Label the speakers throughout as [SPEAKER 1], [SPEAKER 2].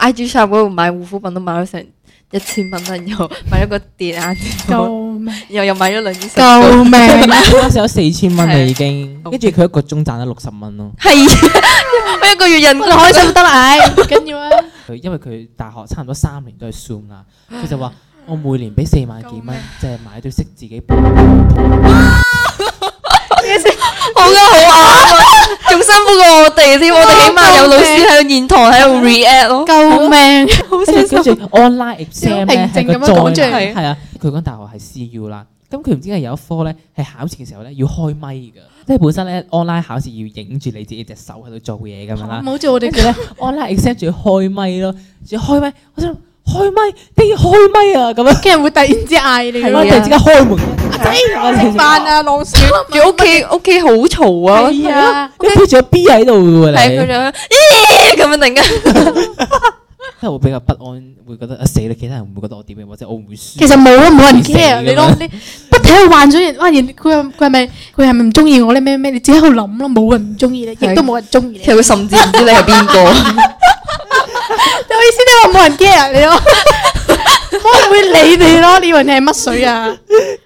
[SPEAKER 1] I G shop 嗰度買護膚品都買咗成一千蚊啦， 然後買咗個電眼罩，
[SPEAKER 2] 救命！
[SPEAKER 1] 然後又買咗兩支唇膏，
[SPEAKER 2] 救命！
[SPEAKER 3] 嗰時有四千
[SPEAKER 2] 啊
[SPEAKER 3] 蚊啦啊已經，
[SPEAKER 1] 係
[SPEAKER 3] 跟住佢一個鐘賺咗六十蚊咯。
[SPEAKER 1] 係啊，我一個月人工 開心得啦，唉，
[SPEAKER 2] 唔緊要啊，
[SPEAKER 3] 佢因為佢大學差唔多三年都係 Zoom 啦，佢就話我每年俾四萬幾
[SPEAKER 2] 救命
[SPEAKER 3] 蚊，即係買對識自己本。
[SPEAKER 1] 好啊好啱啊，仲辛苦過我哋添，我哋起碼有老師喺現堂喺度 react 咯，
[SPEAKER 2] 救命！
[SPEAKER 1] 好
[SPEAKER 3] 跟
[SPEAKER 1] 傷
[SPEAKER 3] 住跟住
[SPEAKER 1] 心。
[SPEAKER 3] online exam 咧
[SPEAKER 2] 平靜
[SPEAKER 3] 係個
[SPEAKER 2] 咁樣講出
[SPEAKER 3] 災
[SPEAKER 2] 嚟
[SPEAKER 3] 難，係啊，佢講大學係 CU 啦，咁佢唔知係有一科咧係考試嘅時候咧要開咪㗎，即係本身咧 online 考試要影住你自己隻手喺度做嘢咁樣啦
[SPEAKER 2] 唔，好似我哋
[SPEAKER 3] 跟住
[SPEAKER 2] 咁
[SPEAKER 3] 咧 online exam 仲要開咪咯，仲要開咪，我想開咪，定要開咪啊咁樣，
[SPEAKER 2] 嘅人會突然之嗌你
[SPEAKER 1] 哎
[SPEAKER 3] 係
[SPEAKER 2] 咯
[SPEAKER 3] 咯，突然之間開門，我哋
[SPEAKER 2] 食飯啊，朗少，
[SPEAKER 1] 住屋企屋企好嘈啊，
[SPEAKER 2] 係啊，
[SPEAKER 3] 你配住個 B 喺度嘅
[SPEAKER 1] 係
[SPEAKER 3] 喎
[SPEAKER 1] 佢
[SPEAKER 3] 你，
[SPEAKER 1] 就咦咁樣突然間，
[SPEAKER 3] 即係我比較不安，會覺得啊死啦，其他人會唔會覺得我點樣，或者我會唔會輸？
[SPEAKER 2] 其實冇啊，冇人 care
[SPEAKER 3] 死
[SPEAKER 2] 你咯
[SPEAKER 3] 咁，
[SPEAKER 2] 你不停去幻想人，哇！人佢係佢係咪佢係咪唔中意我咧？咩咩？你自己喺度諗咯，冇人唔中意你，亦都冇人中意你。
[SPEAKER 1] 其實佢甚至唔知你係邊個，
[SPEAKER 2] 我意思你話冇人 care 你咯，冇人會理你咯。你以為你係乜水啊？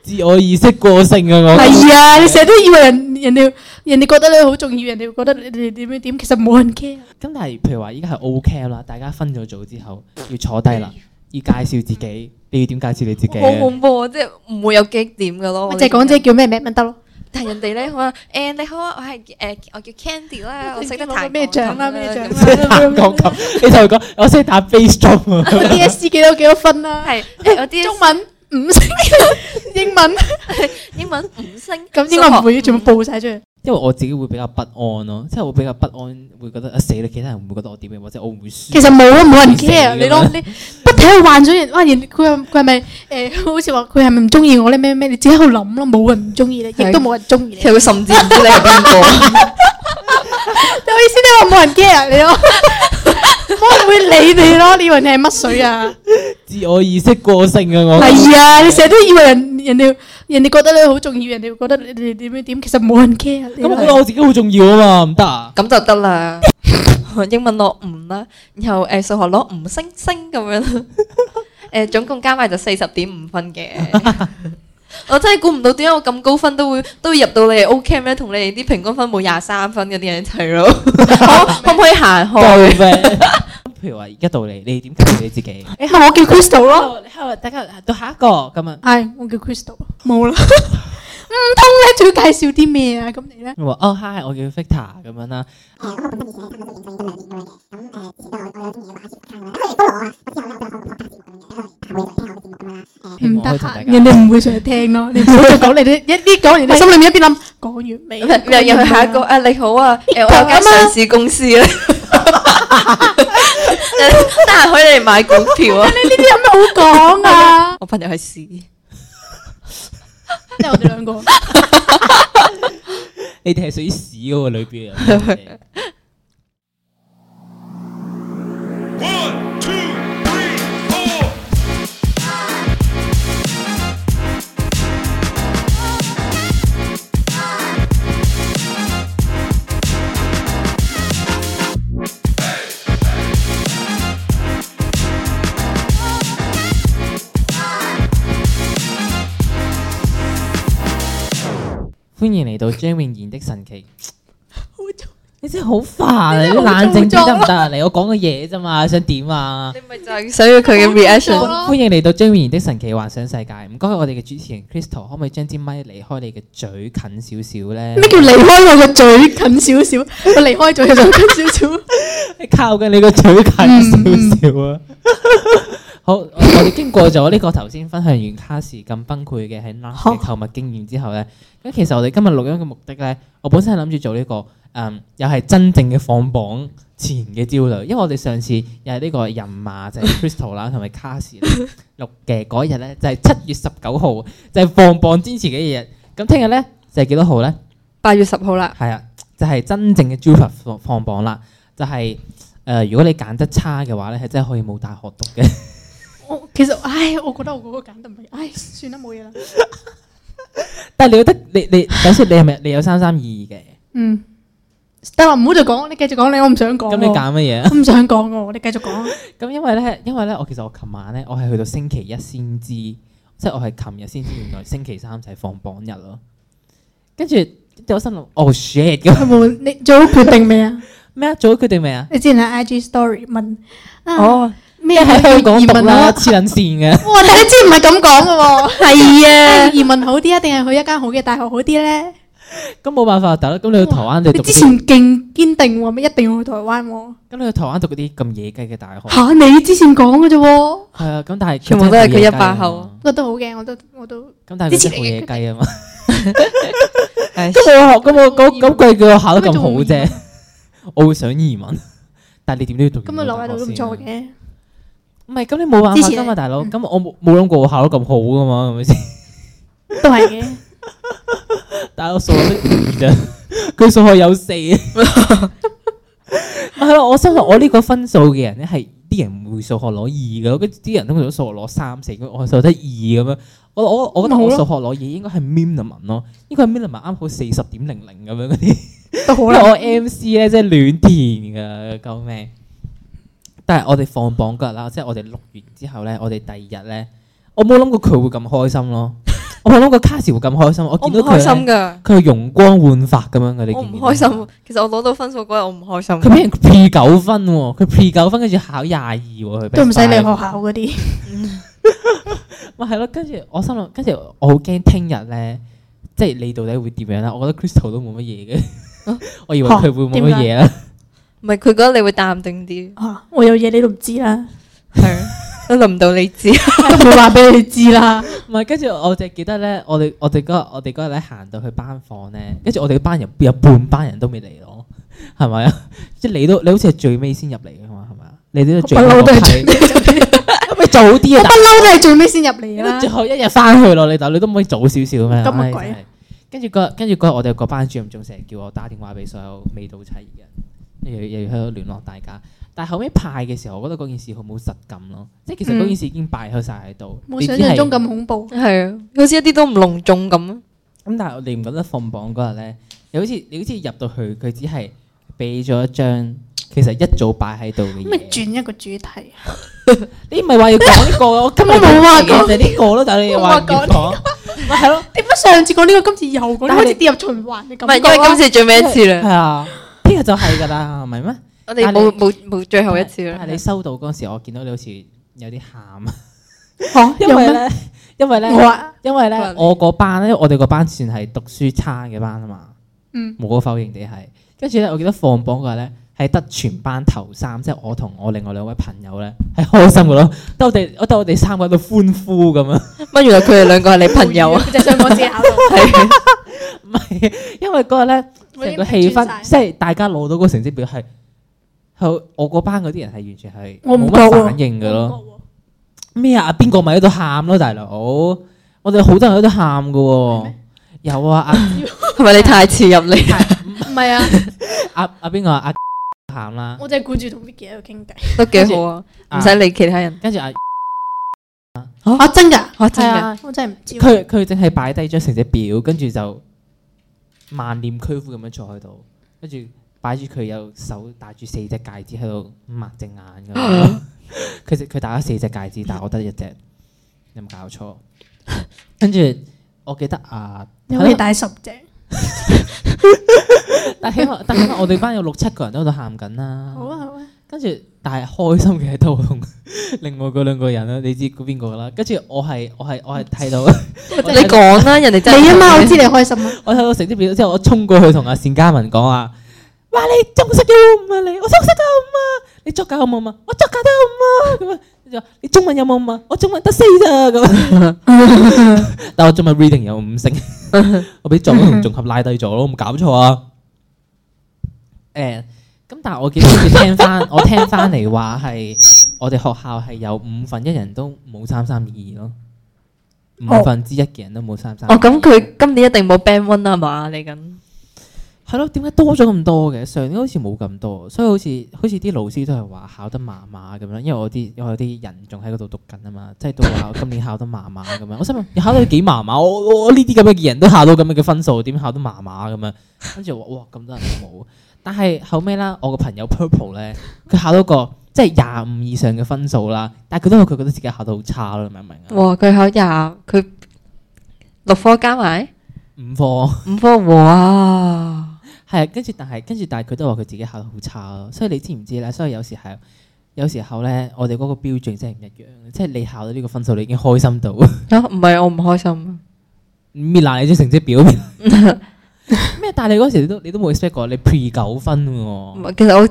[SPEAKER 3] 自我意識過剩啊我。
[SPEAKER 2] 係啊，你成日都以為人人哋人哋覺得你好重要，人哋會覺得你你點點點，其實冇人 care。
[SPEAKER 3] 咁但係譬如話依家係 O K 啦，大家分咗組之後要坐低啦，要介紹自己，你要點介紹你自 己
[SPEAKER 1] 哎好
[SPEAKER 3] 啊？
[SPEAKER 1] 恐怖啊！即係唔會有激點嘅咯。
[SPEAKER 2] 咪就係講自己叫咩名咪得咯。
[SPEAKER 1] 但係人哋咧可能誒你好啊，我係誒我叫 Candy 啦，我識得
[SPEAKER 2] 攞
[SPEAKER 1] 彈
[SPEAKER 2] 個咩獎啦，咩獎
[SPEAKER 3] 識打
[SPEAKER 2] 啦
[SPEAKER 3] 鋼琴，你就會講我識打 bass drum 啊！
[SPEAKER 2] ？DSE 幾多幾多分啦？
[SPEAKER 1] 係有啲
[SPEAKER 2] 中文 五星，英文
[SPEAKER 1] 英文五星，
[SPEAKER 2] 咁英文唔會全部報晒出嚟。
[SPEAKER 3] 因為我自己會比較不安咯，即係我比較不安，會覺得啊死啦，其他人會唔會覺得我點樣，或者我會唔會輸？
[SPEAKER 2] 其實冇啊，冇人 care
[SPEAKER 3] 死
[SPEAKER 2] 你咯
[SPEAKER 3] 咁，
[SPEAKER 2] 你不停去幻想人，哇！人佢係佢係咪誒？好似話佢係咪唔中意我咧？咩咩？你自己喺度諗咯，冇人唔中意你，
[SPEAKER 1] 係
[SPEAKER 2] 亦都冇人中意你。
[SPEAKER 1] 其實佢甚至唔知你係邊個，
[SPEAKER 2] 有意思你話冇人 care 你咯，我唔會理你咯。你以為你係乜水啊？
[SPEAKER 3] 自我意識過剩啊我。
[SPEAKER 2] 係啊，你成日都以為人人哋人哋覺得你好重要，人哋會覺得你哋點樣點，其實冇人 care 你
[SPEAKER 3] 咁
[SPEAKER 2] 咯。
[SPEAKER 3] 我覺得我自己好重要啊嘛，唔得啊！
[SPEAKER 1] 咁就得啦。英文攞五啦，然後誒數學攞五星星咁樣啦，誒總共加埋就四十點五分嘅。我真係估唔到點解我咁高分都會都會入到你哋 O Cam 咧，同你哋啲平均分冇廿三分嗰啲人一齊咯。可可唔可以行
[SPEAKER 3] 救
[SPEAKER 1] 開？
[SPEAKER 3] 命！譬如話而家到你，你點介紹你自己？
[SPEAKER 2] 咪我叫 Crystal 咯。
[SPEAKER 3] hello，大家到下一個咁啊！
[SPEAKER 2] 係，我叫 Crystal。冇 啦，唔 Ừ, 通咧仲要介紹啲咩啊？咁你咧？
[SPEAKER 3] 佢話哦，hi，我叫 Victor 咁樣啦。
[SPEAKER 2] 唔得
[SPEAKER 3] 唔得
[SPEAKER 2] 閒，
[SPEAKER 3] 閒
[SPEAKER 2] 人哋唔會上去聽咯。你唔好再講你啲，一啲講完你心裏面一邊諗，講完未？
[SPEAKER 1] 唔係又去下一個啊！你好啊，誒我有間上市公司咧，得閒可以嚟買股票啊！
[SPEAKER 2] 你呢啲有咩好講啊？
[SPEAKER 1] 我朋友係 C。
[SPEAKER 2] 即係我哋兩個，
[SPEAKER 3] 你哋係屬於屎嗰個裏邊嘅。
[SPEAKER 4] One, two, three, four.
[SPEAKER 3] 歡迎嚟到張穎賢的神奇。
[SPEAKER 2] 好
[SPEAKER 3] 你真係好煩啊！你
[SPEAKER 2] 真係好
[SPEAKER 3] 冷靜
[SPEAKER 2] 做
[SPEAKER 3] 啲
[SPEAKER 2] 作
[SPEAKER 3] 得
[SPEAKER 2] 啊
[SPEAKER 3] 唔得啊？你我講嘅嘢啫嘛，想點啊？
[SPEAKER 1] 你咪就係啊想要佢嘅 reaction 咯。
[SPEAKER 3] 歡迎嚟到張穎賢的神奇幻想世界。唔該，我哋嘅主持人 Crystal 可唔可以將支咪離開你嘅嘴近少少咧？
[SPEAKER 2] 咩叫離開我個嘴近少少？我離開咗又想近少少。
[SPEAKER 3] 你靠近你個嘴近少少啊！ 好，我我哋經過咗呢個頭先分享完卡士咁崩潰嘅喺 Last 嘅購物經驗之後咧，咁其實我哋今日錄音嘅目的咧，我本身係諗住做呢、個誒、嗯又係真正嘅放榜前嘅焦慮，因為我哋上次又係呢個人馬就係、Crystal 啦同埋卡士咧錄嘅嗰一日咧，就係、七月十九號，就係、放榜之前嘅一日。咁聽日咧就係、幾多號咧？
[SPEAKER 1] 八月十號啦，
[SPEAKER 3] 係啊，就係、真正嘅 Jupa 放放榜啦，就係、呃如果你揀得差嘅話咧，係真係可以冇大學讀嘅。
[SPEAKER 2] 我其實唉，我覺得我嗰個揀得唔係，唉，算啦，冇嘢啦。Ừ.
[SPEAKER 3] 但係你覺得你你，首先你係咪你有三三二二嘅？
[SPEAKER 2] 嗯，但係話唔好再講，你繼續講你，我唔想講喎。
[SPEAKER 3] 咁你揀乜嘢啊？
[SPEAKER 2] 我唔想講喎，你繼續講。
[SPEAKER 3] 咁因為咧，因為咧，我其實我琴晚咧，我係去到星期一先知，即係我係琴日先知，原來星期三就係放榜日咯。跟住我心諗，哦 shit 咁
[SPEAKER 2] 係冇，你做好決定未啊？
[SPEAKER 3] 咩啊？做咗決定未啊？
[SPEAKER 2] 你之前喺 IG Story À, 問啊，
[SPEAKER 1] 哦，
[SPEAKER 2] 咩
[SPEAKER 3] 喺香港
[SPEAKER 2] 移
[SPEAKER 3] 讀
[SPEAKER 2] 民啊
[SPEAKER 3] 啦，
[SPEAKER 2] 啦？
[SPEAKER 3] 黐撚線嘅。
[SPEAKER 2] 哇！但係你之前唔係咁講嘅
[SPEAKER 1] 系
[SPEAKER 2] 喎，
[SPEAKER 1] 啊，
[SPEAKER 2] 移民好啲啊，定係去一間好嘅大學好啲咧？
[SPEAKER 3] 咁冇辦法，大佬。咁你去台灣你
[SPEAKER 2] 你
[SPEAKER 3] 讀
[SPEAKER 2] 之
[SPEAKER 3] 嗰
[SPEAKER 2] 前
[SPEAKER 3] 啲，
[SPEAKER 2] 勁堅定喎，咩一定要去台灣喎？
[SPEAKER 3] 咁你去台灣讀嗰啲咁野雞嘅大學，
[SPEAKER 2] 嚇！你之前講嘅啫喎，
[SPEAKER 3] 係啊。咁但係
[SPEAKER 1] 全部都係佢一把口
[SPEAKER 3] 口。
[SPEAKER 2] 覺得好嘅，我都我都
[SPEAKER 3] 啊咁但係佢
[SPEAKER 2] 之
[SPEAKER 3] 真
[SPEAKER 2] 前
[SPEAKER 3] 係
[SPEAKER 2] 你
[SPEAKER 3] 好
[SPEAKER 2] 嘅
[SPEAKER 3] 野雞啊嘛。
[SPEAKER 1] 係
[SPEAKER 3] 咁我學，咁我咁咁佢叫我考得咁好
[SPEAKER 2] 咁咪做移
[SPEAKER 3] 啫， 我會想移民。但係你點都要讀。
[SPEAKER 2] 咁咪留喺度都唔錯。嘅。
[SPEAKER 3] 唔係，咁你冇辦
[SPEAKER 2] 之
[SPEAKER 3] 法
[SPEAKER 2] 前
[SPEAKER 3] 噶嘛，
[SPEAKER 2] 呢
[SPEAKER 3] 大佬。咁我冇冇諗過我考得咁好噶嘛，係咪先？
[SPEAKER 2] 都係嘅，
[SPEAKER 3] 但係我數學得二啫，佢數學有 四。咪係咯，我心 諗我呢個分數嘅人咧，係啲人唔會數學攞二嘅咯，跟住啲人通常都數學攞三四，咁我數學得二咁樣。我我我覺
[SPEAKER 2] 咪
[SPEAKER 3] 得
[SPEAKER 2] 好
[SPEAKER 3] 我
[SPEAKER 2] 咯
[SPEAKER 3] 數學攞二應該係 minimum 咯，應該係 minimum 啱好四十點零零咁樣嗰啲。
[SPEAKER 2] 都好
[SPEAKER 3] 因為
[SPEAKER 2] 啦。
[SPEAKER 3] 我 MC 咧，即係亂填㗎，救命！但係我哋放榜嗰日啦，即係我哋錄完之後咧，我哋第二日咧，我冇諗過佢會咁開心 咯，我冇諗過 Cassie 會咁開心，我
[SPEAKER 1] 我唔
[SPEAKER 3] 見到
[SPEAKER 1] 開
[SPEAKER 3] 佢
[SPEAKER 1] 心噶，
[SPEAKER 3] 呢佢係容光煥發咁樣嘅，你
[SPEAKER 1] 我唔
[SPEAKER 3] 見
[SPEAKER 1] 開
[SPEAKER 3] 唔見到
[SPEAKER 1] 心。其實我攞到分數嗰日我唔開心。
[SPEAKER 3] 佢俾人 P 九分喎，佢 P 九分跟住考廿二喎，佢
[SPEAKER 2] 都唔使你學
[SPEAKER 3] best five
[SPEAKER 2] 校嗰啲，
[SPEAKER 3] 咪係咯，跟住我心諗，跟住我好驚聽日咧，即係你到底會點樣啦？我覺得 Crystal 都冇乜嘢嘅
[SPEAKER 1] 啊，
[SPEAKER 3] 我以為佢會冇乜嘢啦。
[SPEAKER 1] 唔係佢覺得你會淡定啲，
[SPEAKER 2] 啊我有嘢你都唔知啦，
[SPEAKER 1] 係都輪唔到你知。
[SPEAKER 2] 都冇話俾你知啦。
[SPEAKER 3] 唔係，跟住我就記得咧，我哋我哋嗰日我哋嗰日咧行到去班房咧，跟住我哋班人有半班人都未嚟咯，係咪啊？即係你都你好似係最尾先入嚟嘅嘛，係咪啊？你都係最
[SPEAKER 2] 我
[SPEAKER 3] 後
[SPEAKER 2] 不嬲都係
[SPEAKER 3] 係 咪早啲
[SPEAKER 2] 我
[SPEAKER 3] 啊？
[SPEAKER 2] 不嬲都係最尾先入嚟
[SPEAKER 3] 你都
[SPEAKER 2] 啦
[SPEAKER 3] 最。後一日翻去咯，你但你都唔可以早少少咩？
[SPEAKER 2] 咁乜
[SPEAKER 3] 唉
[SPEAKER 2] 鬼啊
[SPEAKER 3] 真係跟住嗰跟住嗰日我哋個班主任仲成日叫我打電話俾所有未到齊嘅人，又要又要喺度聯絡大家。但係後尾派嘅時候，我覺得嗰件事好冇實感咯，即係其實嗰件事已經擺喺晒喺度，
[SPEAKER 2] 冇
[SPEAKER 3] 你
[SPEAKER 2] 想
[SPEAKER 3] 只
[SPEAKER 2] 象
[SPEAKER 3] 係
[SPEAKER 2] 中咁恐怖。
[SPEAKER 1] 係啊，好似一啲都唔隆重咁。
[SPEAKER 3] 咁但係我哋唔覺得放榜嗰日咧，你好似你好似入到去，佢只係俾咗一張其實一早擺喺度嘅
[SPEAKER 2] 咁咪
[SPEAKER 3] 嘢。
[SPEAKER 2] 轉一個主題，啊
[SPEAKER 3] 你唔係話要講呢個，我今日
[SPEAKER 2] 我冇話
[SPEAKER 3] 講嘅就係呢個咯，但係你又話唔
[SPEAKER 2] 我冇話
[SPEAKER 3] 講，咪係咯，
[SPEAKER 2] 點解上次講呢個，今次又講呢個，
[SPEAKER 3] 但係
[SPEAKER 2] 好
[SPEAKER 3] 你
[SPEAKER 2] 似跌入循環嘅
[SPEAKER 1] 唔
[SPEAKER 2] 感
[SPEAKER 1] 係，
[SPEAKER 2] 覺啊
[SPEAKER 1] 因為今
[SPEAKER 2] 啦。
[SPEAKER 1] 次最尾一次
[SPEAKER 3] 係
[SPEAKER 1] 啦，
[SPEAKER 3] 啊，呢個就係㗎啦，唔係咩？
[SPEAKER 1] 我哋冇冇冇最後一次啦
[SPEAKER 3] 但係。你收到嗰陣時，我見到你好似有啲喊，
[SPEAKER 2] 嚇
[SPEAKER 3] 因
[SPEAKER 2] 有
[SPEAKER 3] 為
[SPEAKER 2] 咩？
[SPEAKER 3] 咧，因為咧，
[SPEAKER 2] 我啊，
[SPEAKER 3] 因為
[SPEAKER 1] 佢話
[SPEAKER 3] 咧，
[SPEAKER 1] 你
[SPEAKER 3] 我個班咧，我哋個班算係讀書差嘅班啊嘛。
[SPEAKER 2] 嗯，
[SPEAKER 3] 無可否認地係。跟住咧，我記得放榜嗰日咧，係得全班頭三，即係我同我另外兩位朋友咧，係開心嘅咯。得我哋，我得我哋三個喺度歡呼咁啊樣。
[SPEAKER 1] 乜原來佢哋兩個係你朋友啊？
[SPEAKER 2] 就想講自己考 到，
[SPEAKER 1] 係
[SPEAKER 3] 唔係， 因為嗰日咧，成個氣氛，即係大家攞到嗰個成績表係，係我嗰班嗰啲人係完全係
[SPEAKER 2] 我唔
[SPEAKER 3] 冇
[SPEAKER 2] 覺
[SPEAKER 3] 乜
[SPEAKER 2] 喎
[SPEAKER 3] 反應嘅咯。
[SPEAKER 2] 咯。
[SPEAKER 3] 咩啊？邊個咪喺度喊咯，大佬！我哋好多人喺度喊嘅喎。有啊，阿
[SPEAKER 1] 係咪你太遲入嚟？
[SPEAKER 2] 唔係啊，
[SPEAKER 3] 阿阿邊個啊阿喊啦，
[SPEAKER 2] 我真係顧住同 Vicky 喺度傾偈。
[SPEAKER 1] 都幾好啊，
[SPEAKER 3] 啊
[SPEAKER 1] 唔使理其他人。
[SPEAKER 3] 跟住阿
[SPEAKER 2] 啊，真㗎？
[SPEAKER 1] 哇，真
[SPEAKER 3] 係
[SPEAKER 1] 嘅
[SPEAKER 3] 啊
[SPEAKER 2] 我真係唔知喎。
[SPEAKER 3] 佢佢淨係擺低張成績表，跟住就萬念俱灰咁樣坐喺度，跟住擺住佢有手戴住四隻戒指喺度抹隻眼咁 樣。佢隻佢戴咗四隻戒指，但係我得一隻，有冇搞 錯？跟住我記得啊，
[SPEAKER 2] 你可以帶十隻，
[SPEAKER 3] 但起碼但起碼我哋班有六七個人都喺度喊緊啦。
[SPEAKER 2] 好啊好啊。
[SPEAKER 3] 跟住但係開心嘅都同另外嗰兩個人啦，你知邊個啦？跟住我係我係我係睇到我
[SPEAKER 1] 你
[SPEAKER 3] 睇到
[SPEAKER 1] 講啦，人哋真係
[SPEAKER 2] 你啊嘛，我知你開心啊。
[SPEAKER 3] 我睇到成績表之後，我衝過去同阿善嘉文講啊：，哇！你中式嘅五啊你，我中式嘅五啊，你作教有冇五啊？我作教都有五啊，咁啊。跟住話你中文有冇五啊？我中文得四咋咁。 但我中文 reading 有 五星，我俾作文同綜合拉低咗咯，冇搞錯啊。誒、咁但係我記得好似聽翻， 我聽翻嚟話係我哋學校係有五分一人都冇三三二二咯，五分之一嘅人都冇三三。
[SPEAKER 1] 哦，咁佢今年一定冇 band one 啊嘛？嚟緊
[SPEAKER 3] 係咯，點解多咗咁多嘅？上年好似冇咁多，所以好似好似啲老師都係話考得麻麻咁樣，因為我啲我有啲人仲喺嗰度讀緊啊嘛，即係都話今年考得麻麻咁樣。我心諗你考到幾麻麻？我我我呢啲咁嘅人都考到咁樣嘅分數，點考得麻麻咁樣？跟住我話哇咁多人冇，但係後尾啦，我個朋友 Purple 咧，佢考到個即係廿五以上嘅分數啦，但係佢都話佢覺得自己考得好差咯，你明唔明啊？
[SPEAKER 1] 哇！佢考廿，佢六科加埋
[SPEAKER 3] 五科。啊
[SPEAKER 1] 五科，哇！
[SPEAKER 3] 係啊，跟住但係跟住但係佢都話佢自己考得好差咯，所以你知唔知咧？所以有時係有時候咧，我哋嗰個標準真係唔一樣，即係你考到呢個分數，你已經開心到
[SPEAKER 1] 啊，唔係我唔開心，
[SPEAKER 3] 搣爛你張成績 表咩？但係你嗰時你都你都冇 expect 過你 pre 九分
[SPEAKER 1] 唔
[SPEAKER 3] 喎，
[SPEAKER 1] 係其實我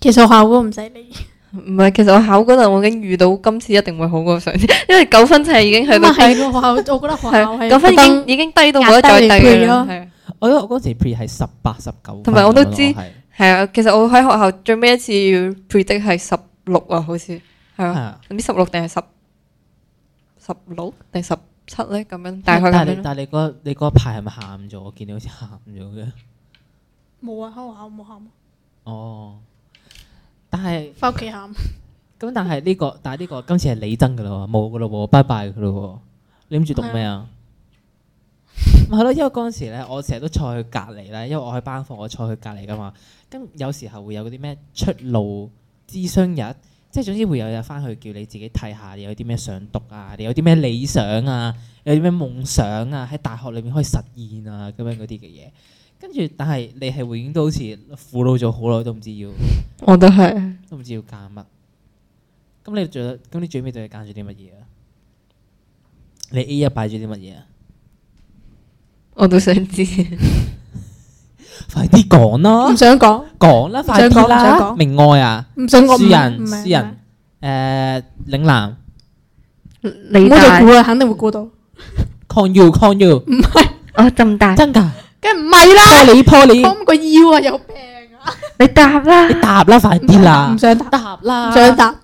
[SPEAKER 2] 其實學校都唔使理，
[SPEAKER 1] 唔係其實我考嗰陣我已經預到今次一定會好過上次， 因為九分制已經去
[SPEAKER 2] 咁
[SPEAKER 1] 到
[SPEAKER 2] 啊
[SPEAKER 1] 低
[SPEAKER 2] 係咯，學校我覺得學校
[SPEAKER 1] 係
[SPEAKER 2] 係
[SPEAKER 1] 九分已
[SPEAKER 2] 特
[SPEAKER 1] 經
[SPEAKER 2] 登
[SPEAKER 1] 已經低到冇得再低
[SPEAKER 2] 壓低你
[SPEAKER 1] 嘅
[SPEAKER 2] 配
[SPEAKER 1] 啦
[SPEAKER 2] 咯，
[SPEAKER 1] 係啊
[SPEAKER 3] 我覺得我嗰時 pre 係十八十九，
[SPEAKER 1] 同埋我都知
[SPEAKER 3] 係
[SPEAKER 1] 係啊。其實我喺學校最尾一次 predict 係十六啊，好似係啊。
[SPEAKER 3] 啊。
[SPEAKER 1] 唔知十六定係十十六定十七咧咁樣，大
[SPEAKER 3] 但
[SPEAKER 1] 概咁
[SPEAKER 3] 係你
[SPEAKER 1] 樣咯。
[SPEAKER 3] 但係你嗰你嗰一排係咪喊咗？我見你好似喊咗嘅。
[SPEAKER 2] 冇啊，喺學校冇喊，
[SPEAKER 3] 哦，但係。
[SPEAKER 2] 翻屋企喊。
[SPEAKER 3] 咁但係呢、個，但係呢、個今次係你爭噶啦喎，冇噶啦喎，拜拜噶啦喎。你諗住讀咩啊？咪係咯，因為嗰陣時咧，我成日都坐佢隔離咧，因為我喺班房，我坐佢隔離噶嘛。咁有時候會有嗰啲咩出路諮詢日，即係總之會有日翻去叫你自己睇下，你有啲咩想讀啊，你有啲咩理想啊，有啲咩夢想啊，喺大學裏面可以實現啊，咁樣嗰啲嘅嘢。跟住，但係你係永遠都好似苦惱咗好耐，都唔知要。
[SPEAKER 1] 我都係
[SPEAKER 3] 都唔知要揀乜。咁你最咁你最尾到底揀咗啲乜嘢啊？你 A 一擺咗啲乜嘢啊？
[SPEAKER 1] 我都想知。
[SPEAKER 3] 快啲講
[SPEAKER 2] 哦唔
[SPEAKER 3] 啦，
[SPEAKER 2] 想講，
[SPEAKER 3] 講啦，快
[SPEAKER 2] 想
[SPEAKER 3] 啲
[SPEAKER 2] 講唔想
[SPEAKER 3] 啦！
[SPEAKER 2] 講
[SPEAKER 3] 明愛啊，
[SPEAKER 2] 唔想講。
[SPEAKER 3] 私
[SPEAKER 2] 唔係
[SPEAKER 3] 人私人，誒嶺南
[SPEAKER 1] 你
[SPEAKER 2] 唔係唔好再
[SPEAKER 1] 大
[SPEAKER 2] 估啦，啊肯定會估到。
[SPEAKER 3] con you con you，
[SPEAKER 1] 我咁大，
[SPEAKER 3] 真㗎
[SPEAKER 2] 梗唔係啦，
[SPEAKER 3] 破你破 你，
[SPEAKER 2] 講個腰啊，有病啊！
[SPEAKER 1] 你答啦。
[SPEAKER 3] 你答啦快啲啦
[SPEAKER 2] 唔，想答，
[SPEAKER 3] 答啦
[SPEAKER 2] 唔想答。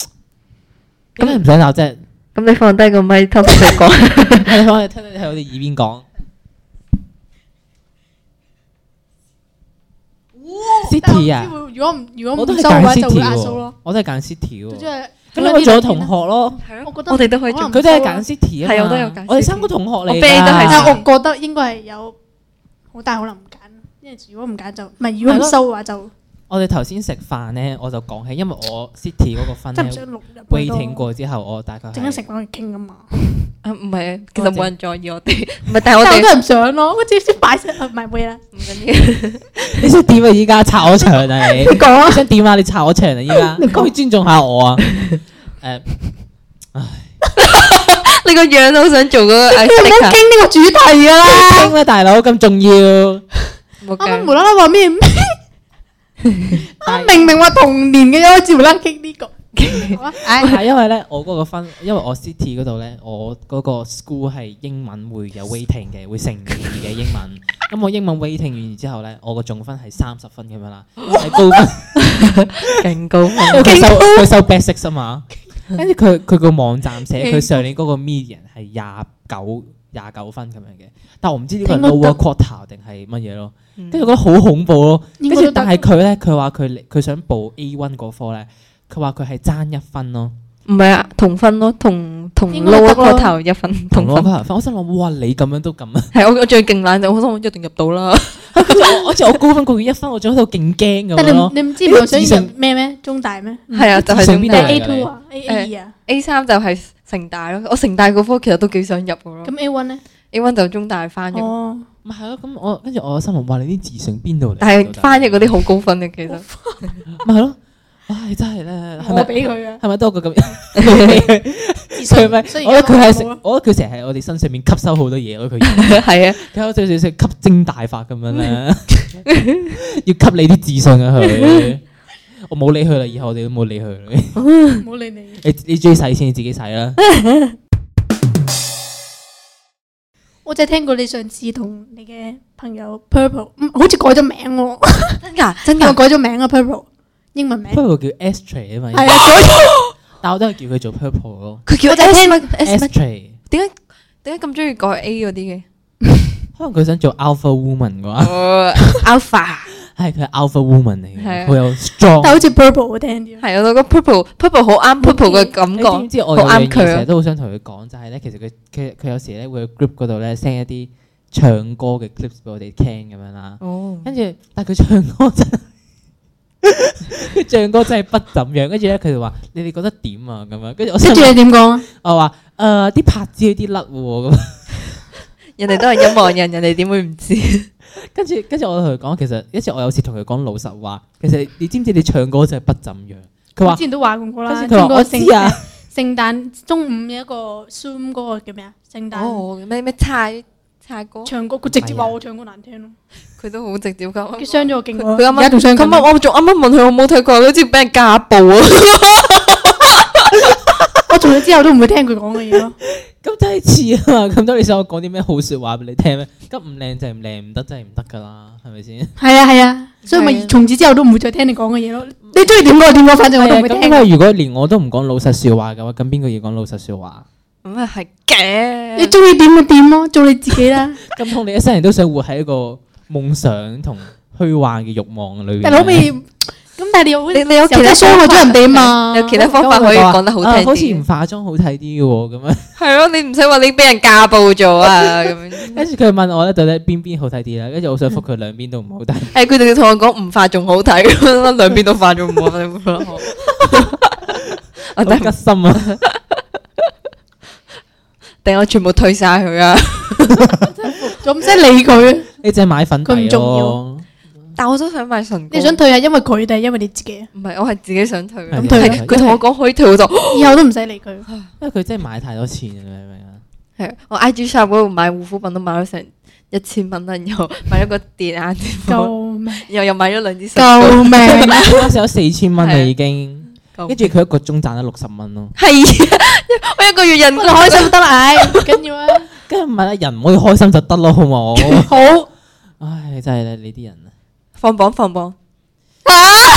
[SPEAKER 3] 咁你唔想答啫？
[SPEAKER 1] 咁你放低個咪偷偷地 講。
[SPEAKER 3] 係你可以聽到你喺我哋耳邊講。
[SPEAKER 2] 但我唔知會
[SPEAKER 3] City à? 啊
[SPEAKER 2] 如果唔如果
[SPEAKER 3] 我
[SPEAKER 2] 唔
[SPEAKER 3] 都係
[SPEAKER 2] 收嘅
[SPEAKER 3] 揀
[SPEAKER 2] 話，就會
[SPEAKER 3] City
[SPEAKER 2] 壓數咯
[SPEAKER 3] 喎。，我都係揀 City
[SPEAKER 2] 總之
[SPEAKER 3] 喎。
[SPEAKER 2] 係
[SPEAKER 3] 咁我做咗同學咯。
[SPEAKER 2] 啊我覺得
[SPEAKER 1] 我哋都可以
[SPEAKER 2] 可
[SPEAKER 1] 做
[SPEAKER 2] 能。
[SPEAKER 3] 佢都係揀 City 啊嘛，
[SPEAKER 1] 係我都有揀 City
[SPEAKER 3] 我哋三個同學嚟
[SPEAKER 1] 我
[SPEAKER 3] 㗎，
[SPEAKER 1] B 都係
[SPEAKER 2] 但係我覺得應該係有好大可能唔揀，因為如果唔揀就唔係，如果唔收嘅話就
[SPEAKER 3] 我哋頭先食飯咧，我就講起，因為我 City 嗰個分
[SPEAKER 2] 真係唔
[SPEAKER 3] 咧
[SPEAKER 2] 想錄入去
[SPEAKER 3] waiting
[SPEAKER 2] 咯。
[SPEAKER 3] 過之後，我大概係
[SPEAKER 2] 陣間食飯去傾啊嘛，
[SPEAKER 1] 啊唔係，其實冇人在意我哋。唔係，但係我
[SPEAKER 2] 但我真
[SPEAKER 1] 哋
[SPEAKER 2] 係唔想咯，我直接擺晒啊唔係會啦，
[SPEAKER 1] 唔緊
[SPEAKER 3] 你想點啊？依家拆我場啊你！
[SPEAKER 2] 講啊
[SPEAKER 3] 你想點啊？你拆我場啊！依家可唔可以尊重下我啊？誒，
[SPEAKER 1] 要。你個樣都好想做嗰個
[SPEAKER 2] 你唔好
[SPEAKER 1] sticker，
[SPEAKER 2] 傾呢個主題啊啦。
[SPEAKER 3] 傾啦，大佬咁重要，
[SPEAKER 1] 冇
[SPEAKER 2] 啱啱
[SPEAKER 1] 計。
[SPEAKER 2] 無啦啦話咩？啱明明話童年嘅，開始無啦啦傾呢個。好啊唉，
[SPEAKER 3] 係因為咧，我嗰個分，因為我 City 嗰度咧，我嗰個 school 係英文會有 waiting 嘅，會乘以嘅英文。咁我英文 waiting 完之後咧，我個總分係三十分咁樣啦，係高分。
[SPEAKER 1] 勁高分。
[SPEAKER 3] 因為佢收佢收 basic 啊嘛，跟住佢佢個網站寫佢上年嗰個 median 係廿九廿九分咁樣嘅，但我唔知呢個係
[SPEAKER 2] 應該得
[SPEAKER 3] lower quarter 定係乜嘢咯，跟住我覺得好恐怖咯。跟
[SPEAKER 2] 應該都
[SPEAKER 3] 住
[SPEAKER 2] 得
[SPEAKER 3] 但係佢咧，佢話佢佢想報 A one 嗰科咧，佢話佢係爭一分咯，
[SPEAKER 1] 唔係啊，同分咯，同同
[SPEAKER 2] 應該得
[SPEAKER 1] lower
[SPEAKER 2] 咯
[SPEAKER 1] quarter 一分同分。
[SPEAKER 3] 分。我心諗哇，你咁樣都咁啊！
[SPEAKER 1] 係我我最勁懶就我心諗一定入到啦。
[SPEAKER 3] 跟住我好似我高分過佢一分，我仲喺度勁驚咁
[SPEAKER 2] 但你
[SPEAKER 3] 樣
[SPEAKER 2] 唔
[SPEAKER 3] 咯。
[SPEAKER 2] 你唔知唔
[SPEAKER 3] 自
[SPEAKER 2] 想
[SPEAKER 3] 信
[SPEAKER 2] 入咩咩中大咩？
[SPEAKER 1] 係啊，就係
[SPEAKER 3] 自信
[SPEAKER 1] 咁
[SPEAKER 3] 邊度
[SPEAKER 1] 大
[SPEAKER 3] 嚟
[SPEAKER 2] 但
[SPEAKER 3] 㗎
[SPEAKER 2] A two 啊，A à? A 二啊，
[SPEAKER 1] A 三就係城大咯，我城大嗰科其實都幾想入嘅咯。
[SPEAKER 2] 咁 A one 咧？
[SPEAKER 1] A one 就中大
[SPEAKER 2] Ờ.
[SPEAKER 1] 翻譯，
[SPEAKER 2] 哦，
[SPEAKER 3] 唔係咯，咁我跟住我心諗哇，你啲自信邊度嚟？
[SPEAKER 1] 但係翻譯嗰啲好高分嘅，其實
[SPEAKER 3] 咪係咯，唉真係咧，係
[SPEAKER 2] 我
[SPEAKER 3] 咪
[SPEAKER 2] 俾佢啊，
[SPEAKER 3] 係咪 多過咁？
[SPEAKER 2] 自信
[SPEAKER 3] 佢咪？
[SPEAKER 2] 雖
[SPEAKER 3] 我
[SPEAKER 2] 然
[SPEAKER 3] 覺得
[SPEAKER 2] 而家
[SPEAKER 3] 佢係
[SPEAKER 2] 冇
[SPEAKER 3] 食
[SPEAKER 2] 啦，
[SPEAKER 3] 我覺得佢成日喺我哋身上面吸收好多嘢咯。佢
[SPEAKER 1] 係啊，
[SPEAKER 3] 佢有少少吸精大法咁樣 咧，要吸你啲自信啊！佢我冇理佢啦，以後我哋都冇理佢。
[SPEAKER 2] 唔好理你。
[SPEAKER 3] 你你中意使錢，你自己使啦。
[SPEAKER 2] 我就係聽過你上次同你嘅朋友 Purple，嗯好似改咗名喎，
[SPEAKER 1] 真噶真
[SPEAKER 2] 我
[SPEAKER 1] 噶，
[SPEAKER 2] 改咗名啊 Purple，英文名
[SPEAKER 3] 不過叫 S tray 啊嘛，
[SPEAKER 2] 係啊，改咗
[SPEAKER 3] 但我都係叫佢做 purple 咯。
[SPEAKER 1] 佢叫
[SPEAKER 2] 我就係
[SPEAKER 1] S
[SPEAKER 2] 聽
[SPEAKER 1] 乜 S
[SPEAKER 3] S
[SPEAKER 1] 乜？
[SPEAKER 3] tray
[SPEAKER 1] 點解點解咁中意改 A 嗰啲嘅？
[SPEAKER 3] 可能佢想做 alpha woman 啩，
[SPEAKER 1] 哦 Ờ, Alpha
[SPEAKER 3] 係佢係 alpha woman 嚟
[SPEAKER 1] 係啊
[SPEAKER 3] 嘅，佢有 strong。
[SPEAKER 2] 但好似 purple 好聽啲。
[SPEAKER 1] 係我覺得 purple purple 好啱 purple 嘅感
[SPEAKER 3] 你知唔
[SPEAKER 1] 覺，
[SPEAKER 3] 知我
[SPEAKER 1] 好
[SPEAKER 3] 有
[SPEAKER 1] 啱
[SPEAKER 3] 樣嘢
[SPEAKER 1] 佢啊
[SPEAKER 3] 成日都好想同佢講，就係咧，其實佢佢佢有時咧會喺 group 嗰度咧 send 一啲唱歌嘅 clips 俾我哋聽咁樣啦。
[SPEAKER 1] 哦，
[SPEAKER 3] 跟住，但係佢唱歌真係，佢唱歌真係不怎樣。跟住咧，佢就話：你哋覺得點啊？咁樣，跟住我
[SPEAKER 2] 跟
[SPEAKER 3] 心
[SPEAKER 2] 住
[SPEAKER 3] 諗
[SPEAKER 2] 你點講啊？
[SPEAKER 3] 我話：誒啲拍子有啲甩喎咁。
[SPEAKER 1] 人哋都係音樂人，人哋點會唔知？
[SPEAKER 3] 跟住跟住我同佢講，其實一次我有次同佢講老實話，其實你知唔知你唱歌真係不怎樣？佢
[SPEAKER 2] 我
[SPEAKER 3] 話
[SPEAKER 2] 之。前都話過啦，
[SPEAKER 3] 跟住佢
[SPEAKER 2] 中
[SPEAKER 3] 話
[SPEAKER 2] 國
[SPEAKER 3] 我知
[SPEAKER 2] 聖
[SPEAKER 3] 啊，
[SPEAKER 2] 聖誕中午有一個 Zoom 嗰個叫咩啊？聖誕
[SPEAKER 1] 哦，咩咩猜猜歌，
[SPEAKER 2] 唱歌，佢直接話我唱歌難聽咯，
[SPEAKER 1] 佢都好直接噶。
[SPEAKER 2] 佢傷咗我勁
[SPEAKER 1] 佢
[SPEAKER 2] 喎。
[SPEAKER 1] 佢啱
[SPEAKER 2] 而家仲
[SPEAKER 1] 啱
[SPEAKER 2] 傷
[SPEAKER 1] 佢
[SPEAKER 2] 緊
[SPEAKER 1] 啱啱我仲啱啱問佢有冇睇過，佢好似俾人家暴啊！
[SPEAKER 2] 我做咗之後都唔會聽佢講嘅 嘢咯。
[SPEAKER 3] 咁真係似啊嘛！咁 多你想我講啲咩好説話俾你聽咩？咁唔靚就係唔靚，唔得真係唔得噶啦，係咪先？
[SPEAKER 2] 係啊係啊，所以
[SPEAKER 1] 係啊
[SPEAKER 2] 咪從此之後都唔會再聽你講嘅嘢咯。你中意點講就點講，反正 我都唔會
[SPEAKER 3] 啊咁
[SPEAKER 2] 聽
[SPEAKER 3] 因。為如果連我都唔講老實説話嘅話，咁邊個要講老實説話？
[SPEAKER 1] 咁啊係嘅，
[SPEAKER 2] 你中意點就點咯，做你自己啦。
[SPEAKER 3] 咁同你一生人都想活喺一個夢想同虛幻嘅慾望裏邊。
[SPEAKER 2] 但係可唔可以？咁但係你有
[SPEAKER 1] 你你有其他
[SPEAKER 2] 真係傷害咗人哋嘛？
[SPEAKER 1] 有其他方法可以講得好聽
[SPEAKER 3] 啊
[SPEAKER 1] 啲。
[SPEAKER 3] 好似唔化妝好睇啲 喎，咁樣。
[SPEAKER 1] 係咯，你唔使話你俾人家暴咗啊咁 樣。
[SPEAKER 3] 跟住佢問我咧，到底邊邊好睇啲咧？啊跟住我想覆佢兩邊都唔好睇。
[SPEAKER 1] 誒，佢哋同我講唔化仲好睇，兩邊都化咗唔好睇，冇得學。 我
[SPEAKER 3] 好
[SPEAKER 1] 等
[SPEAKER 3] 吉心啊！
[SPEAKER 1] 等我全部退晒佢啊！
[SPEAKER 2] 就唔使理佢。
[SPEAKER 3] 你淨係買粉
[SPEAKER 2] 佢
[SPEAKER 3] 底
[SPEAKER 2] 唔重
[SPEAKER 3] 咯。
[SPEAKER 1] 但我都想買唇膏。
[SPEAKER 2] 你想退係因為佢定係因為你自己啊？
[SPEAKER 1] 唔係，我係自己想退。
[SPEAKER 3] 係啊
[SPEAKER 1] 咁
[SPEAKER 2] 咁退
[SPEAKER 3] 係
[SPEAKER 1] 佢同我講可以退，我就
[SPEAKER 2] 以後都唔使理佢。
[SPEAKER 3] 因為佢真係買太多錢，你明唔明啊？
[SPEAKER 1] 係我 IG shop 嗰度買護膚品都買咗成一千蚊啦，然 後買咗個電眼貼，然後
[SPEAKER 2] 救命！
[SPEAKER 1] 又買咗兩支唇膏。
[SPEAKER 2] 救命！
[SPEAKER 3] 嗰時有四千蚊啦
[SPEAKER 1] 係
[SPEAKER 3] 已經，
[SPEAKER 1] 夠
[SPEAKER 3] 跟住佢一個鐘賺咗六十蚊咯。
[SPEAKER 1] 係啊，我一個月人
[SPEAKER 2] 我哋開心得啦，唉，唔緊要啊。
[SPEAKER 3] 跟住唔係啦，人唔可以開心就得咯，好冇？
[SPEAKER 2] 好，
[SPEAKER 3] 唉，真係咧，你啲人啊！
[SPEAKER 1] 放榜放榜。
[SPEAKER 2] 點解又翻？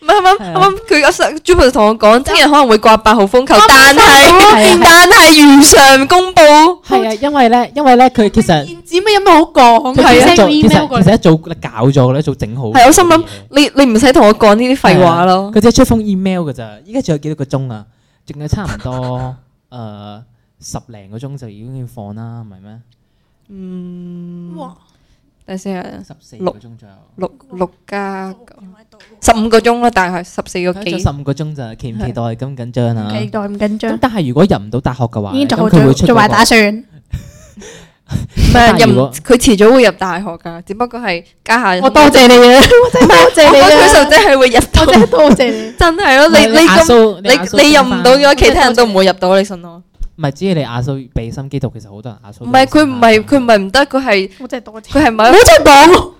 [SPEAKER 1] 唔係啱啱
[SPEAKER 3] 係啊
[SPEAKER 1] 啱啱佢阿 Sir Jupiter 同我講，聽日可能會掛八號風球，但
[SPEAKER 3] 係
[SPEAKER 1] 係
[SPEAKER 3] 啊
[SPEAKER 1] 但係如常公佈。
[SPEAKER 3] 係啊，因為咧，因為咧，佢其實
[SPEAKER 2] 燕子咩有咩好講？
[SPEAKER 3] 佢其
[SPEAKER 2] 佢 send
[SPEAKER 3] 實一早
[SPEAKER 2] 個
[SPEAKER 3] 其
[SPEAKER 2] email
[SPEAKER 3] 實
[SPEAKER 2] 過
[SPEAKER 3] 其
[SPEAKER 2] 嚟，
[SPEAKER 3] 實一早搞咗咧，一早整好。
[SPEAKER 1] 係我心諗你你唔使同我講呢啲廢話咯。
[SPEAKER 3] 佢只係出封 email 㗎咋，依家仲有幾多個鐘啊？仲有差唔多誒十零個鐘就已經要放啦，唔係咩？
[SPEAKER 1] 嗯，
[SPEAKER 2] 哇！
[SPEAKER 1] 等先啊，
[SPEAKER 3] 十四
[SPEAKER 1] 六
[SPEAKER 3] 個鐘左右。
[SPEAKER 1] 六六加
[SPEAKER 2] 唔喺度
[SPEAKER 1] 十五個鐘啦，大概十四個
[SPEAKER 3] 仲有
[SPEAKER 1] 幾
[SPEAKER 3] 十。五個鐘咋，期唔期待咁緊張啊？
[SPEAKER 2] 期待唔緊
[SPEAKER 3] 咁
[SPEAKER 2] 張，
[SPEAKER 3] 但係如果入唔到大學嘅話，
[SPEAKER 2] 已經
[SPEAKER 3] 咁
[SPEAKER 2] 做好
[SPEAKER 3] 佢會
[SPEAKER 2] 咗
[SPEAKER 3] 出
[SPEAKER 2] 做
[SPEAKER 3] 嗰
[SPEAKER 2] 壞
[SPEAKER 3] 個
[SPEAKER 2] 打算。
[SPEAKER 1] 唔係
[SPEAKER 3] 但如
[SPEAKER 1] 入
[SPEAKER 3] 果
[SPEAKER 1] 佢遲早會入大學㗎，只不過係家下。
[SPEAKER 2] 我多謝你啊！我真係多謝你
[SPEAKER 1] 我覺得佢
[SPEAKER 2] 啊！
[SPEAKER 1] 就真係會入到，
[SPEAKER 2] 我真係多謝你。
[SPEAKER 1] 真係啊咯。你
[SPEAKER 3] 唔係
[SPEAKER 1] 你
[SPEAKER 3] 阿
[SPEAKER 1] 咁
[SPEAKER 3] 蘇阿蘇
[SPEAKER 1] 你你入唔到
[SPEAKER 3] 分
[SPEAKER 1] 嘅
[SPEAKER 3] 返
[SPEAKER 1] 話，其他人都唔會入到，你信我。
[SPEAKER 3] 唔係，只係你亞蘇俾心機讀，啊其實好多人亞蘇。
[SPEAKER 1] 唔係佢唔係佢唔係唔得，佢係
[SPEAKER 2] 我真係多謝
[SPEAKER 1] 佢係咪
[SPEAKER 2] 你。我真係講，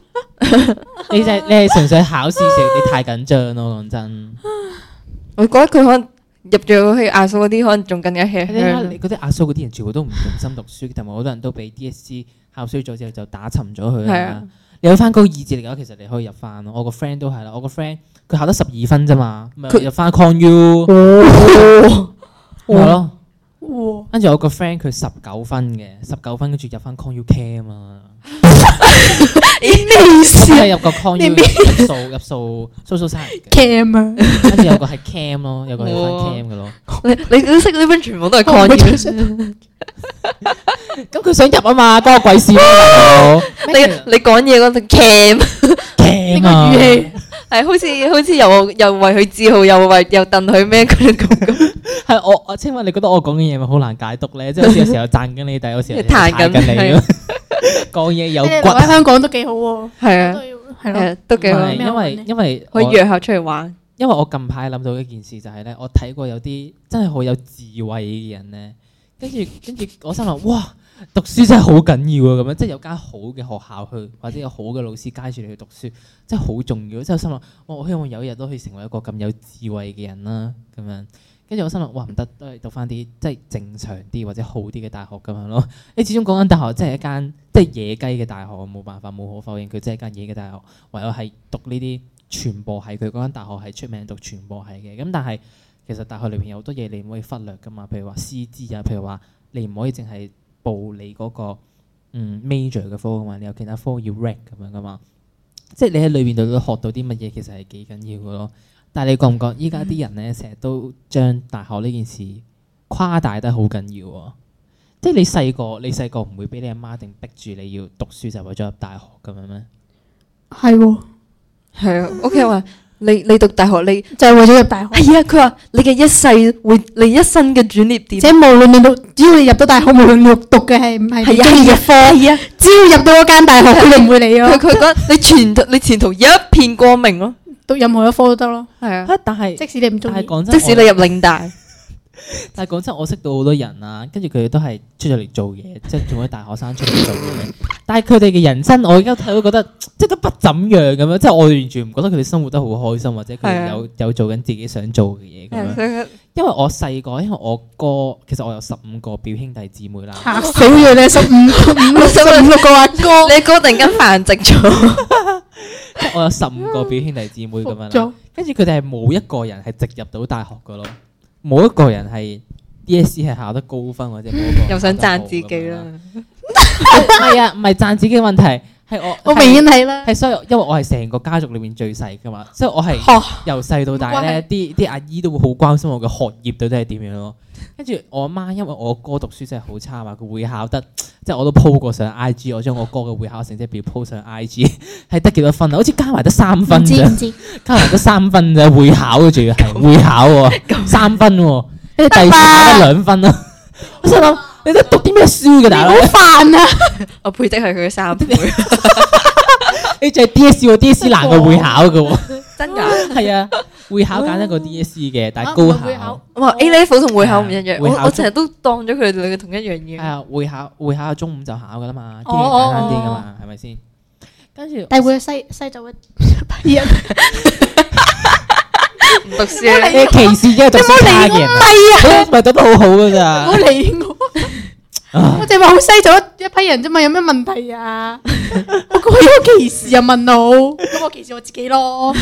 [SPEAKER 3] 你就係你係純粹考試時，你太緊張咯，講真。
[SPEAKER 1] 我覺得佢可能入咗去亞數嗰啲，可能仲更加吃
[SPEAKER 3] 你睇下
[SPEAKER 1] 香。
[SPEAKER 3] 你嗰啲阿蘇嗰啲人，全部都唔用心讀書，同埋好多人都俾 DSE 考衰咗之後就打沉咗佢
[SPEAKER 1] 係
[SPEAKER 3] 啦
[SPEAKER 1] 啊。
[SPEAKER 3] 你有翻高二至嚟講，其實你可以入翻咯。我個 friend 都係啦，我個 friend 佢考得十二分啫嘛，咪
[SPEAKER 1] 佢
[SPEAKER 3] 入翻 con U 係咯。
[SPEAKER 2] 哇！
[SPEAKER 3] 跟住我個 friend 佢十九分嘅，十九分跟住入翻 con U K 啊嘛，
[SPEAKER 2] 咩意
[SPEAKER 3] 即
[SPEAKER 2] 思啊
[SPEAKER 3] 係入個 con U
[SPEAKER 2] 你
[SPEAKER 3] 入數入數 social science 嘅，
[SPEAKER 2] ？Cam 啊！
[SPEAKER 3] 跟住有個係 cam 咯，有個係翻
[SPEAKER 1] 哇
[SPEAKER 3] cam 嘅咯。
[SPEAKER 1] 你你都識呢班全部都係
[SPEAKER 2] 我
[SPEAKER 1] 抗
[SPEAKER 2] 唔會
[SPEAKER 1] 議
[SPEAKER 2] 出。聲
[SPEAKER 3] 咁佢想入啊嘛，關我鬼 事咩？大佬
[SPEAKER 1] 你你講嘢嗰陣 cam
[SPEAKER 2] 呢
[SPEAKER 3] cam
[SPEAKER 2] 個
[SPEAKER 3] 啊
[SPEAKER 2] 語氣，
[SPEAKER 1] 係好似好似又又為佢自豪，又為又戥佢咩嗰種感覺。
[SPEAKER 3] 係我我請問你覺得我講嘅嘢咪好難解讀咧？即係好似有時候讚緊你，但係有時候又
[SPEAKER 1] 彈緊
[SPEAKER 3] 彈緊你咯。 講嘢有
[SPEAKER 2] 你哋留
[SPEAKER 3] 骨
[SPEAKER 2] 喺，香港都幾好喎。
[SPEAKER 1] 係
[SPEAKER 2] 都
[SPEAKER 1] 啊，
[SPEAKER 2] 要係咯。
[SPEAKER 1] 誒都幾
[SPEAKER 3] 唔
[SPEAKER 1] 好
[SPEAKER 3] 係，因為因為
[SPEAKER 1] 可以
[SPEAKER 3] 我
[SPEAKER 1] 約下出去玩。
[SPEAKER 3] 因為我近排諗到一件事就係咧，我睇過有啲真係好有智慧嘅人咧，跟住跟住我心諗哇，讀書真係好緊要啊！咁樣即係有間好嘅學校去，或者有好嘅老師介住你去讀書，真係好重要。即係我心諗，哇我希望有一日都可以成為一個咁有智慧嘅人啦，咁樣。跟住我心諗，哇唔得，都係讀翻啲即係正常啲或者好啲嘅大學咁樣咯。你始終講緊大學，即係一間即係野雞嘅大學，冇辦法冇可否認，佢真係一間野嘅大學。唯有係讀呢啲傳播系，佢嗰間大學係出名讀傳播系嘅。咁但係其實大學裏邊有好多嘢你唔可以忽略噶嘛，譬如話師資啊，譬如話你唔可以淨係。報你嗰、個嗯 major 嘅科噶嘛，你有其他科要 rank 咁樣噶嘛，即係你喺裏邊度都學到啲乜嘢，其實係幾緊要嘅咯。但係你覺唔覺依家啲人咧，成日都將大學呢件事誇大得好緊要喎？即係你細個，你細個唔會俾你阿媽一定逼住你要讀書就為咗入大學咁樣咩？
[SPEAKER 2] 係喎，
[SPEAKER 1] 系啊，屋企人話你你讀大學你
[SPEAKER 2] 就係為咗入大學。
[SPEAKER 1] 係啊，佢話你嘅一世會你一生嘅轉捩
[SPEAKER 2] 而
[SPEAKER 1] 點。
[SPEAKER 2] 且無論你讀，只要你入到大學，無論你讀嘅係唔係你
[SPEAKER 1] 係啊
[SPEAKER 2] 中意嘅科，
[SPEAKER 1] 係啊，
[SPEAKER 2] 只要入到嗰間大學，佢哋唔會理
[SPEAKER 1] 佢
[SPEAKER 2] 咯。
[SPEAKER 1] 佢覺得你前途你前途一片光明咯。
[SPEAKER 2] 讀任何一科都得咯，
[SPEAKER 1] 係啊，
[SPEAKER 3] 啊！但係
[SPEAKER 2] 即使你唔中
[SPEAKER 3] 但係
[SPEAKER 2] 意。
[SPEAKER 3] 講真，
[SPEAKER 1] 即使你入嶺大，
[SPEAKER 3] 但係講真，我識到好多人啊，跟住佢哋都係出咗嚟做嘢，即係做咗大學生出嚟做嘢。但係佢哋嘅人生，我而家睇 都覺得即係都不怎樣咁樣，即係我完全唔覺得佢哋生活得好開心，或者佢
[SPEAKER 1] 係啊
[SPEAKER 3] 哋有有做緊自己想做嘅嘢咁樣。因為我細個，因為我哥其實我有十五個表兄弟姊妹啦。
[SPEAKER 2] 嚇死咗你十 五五六十五六個阿哥，
[SPEAKER 1] 你哥突然間繁殖咗，
[SPEAKER 3] 即係我有十五個表兄弟姊妹
[SPEAKER 1] 嗯
[SPEAKER 3] 咁樣啦
[SPEAKER 2] 咗。
[SPEAKER 3] 跟住佢哋係冇一個人係直入到大學噶咯，冇一個人係 DSE 係考得高分或者冇一個人
[SPEAKER 1] 又想
[SPEAKER 3] 考得
[SPEAKER 1] 讚
[SPEAKER 3] 好
[SPEAKER 1] 自己
[SPEAKER 3] 咁樣
[SPEAKER 1] 啦。。
[SPEAKER 3] 唔係啊，唔係讚自己嘅問題，係我
[SPEAKER 2] 我明顯係啦。
[SPEAKER 3] 係所以，因為我係成個家族裏面最細噶嘛，所以我係
[SPEAKER 2] 呵
[SPEAKER 3] 由細到大咧，啲啲阿姨都會好關心我嘅學業到底係點樣咯。跟住我阿媽，因為我哥讀書真係好差嘛，佢會考得即係我都 po 過上 IG，我將我哥嘅會考成績表 po 上 IG，係得幾多分啊？好似加埋得三分咋，
[SPEAKER 2] 知？
[SPEAKER 3] 加埋得三分咋，會考嘅仲要係會考喎，三分喎，跟住第二次考得兩分啦。我心諗你都讀啲咩書㗎
[SPEAKER 2] 你
[SPEAKER 3] 大
[SPEAKER 2] 好
[SPEAKER 3] 佬？
[SPEAKER 2] 煩 啊！
[SPEAKER 1] 我配得係佢嘅三倍，
[SPEAKER 3] 你就係 DSE 喎，DSE 難過會考嘅喎。
[SPEAKER 1] 真㗎。
[SPEAKER 3] 係啊，會考揀一個 DSE 嘅，但係
[SPEAKER 2] 啊
[SPEAKER 3] 高
[SPEAKER 2] 會考
[SPEAKER 3] 考
[SPEAKER 1] 哇！A level 同會考唔一
[SPEAKER 3] 係啊
[SPEAKER 1] 樣，
[SPEAKER 3] 會考
[SPEAKER 1] 我我成日都當咗佢哋兩個同一樣嘢
[SPEAKER 3] 係。啊，會考會考中午就考噶啦嘛，啲
[SPEAKER 2] 哦
[SPEAKER 3] 嘢簡單啲噶
[SPEAKER 2] 哦
[SPEAKER 3] 嘛，係咪先？跟住
[SPEAKER 2] 但係會西西就會畢業。
[SPEAKER 1] 唔讀書呢，
[SPEAKER 3] 你歧視一個讀書差嘅人啊，佢咪讀得好好噶
[SPEAKER 2] 唔
[SPEAKER 3] 咋啊
[SPEAKER 2] 好？理我。我淨係話好西咗一一批人啫嘛，有咩問 題啊？我講有歧視啊，問我，咁我歧視我自己咯。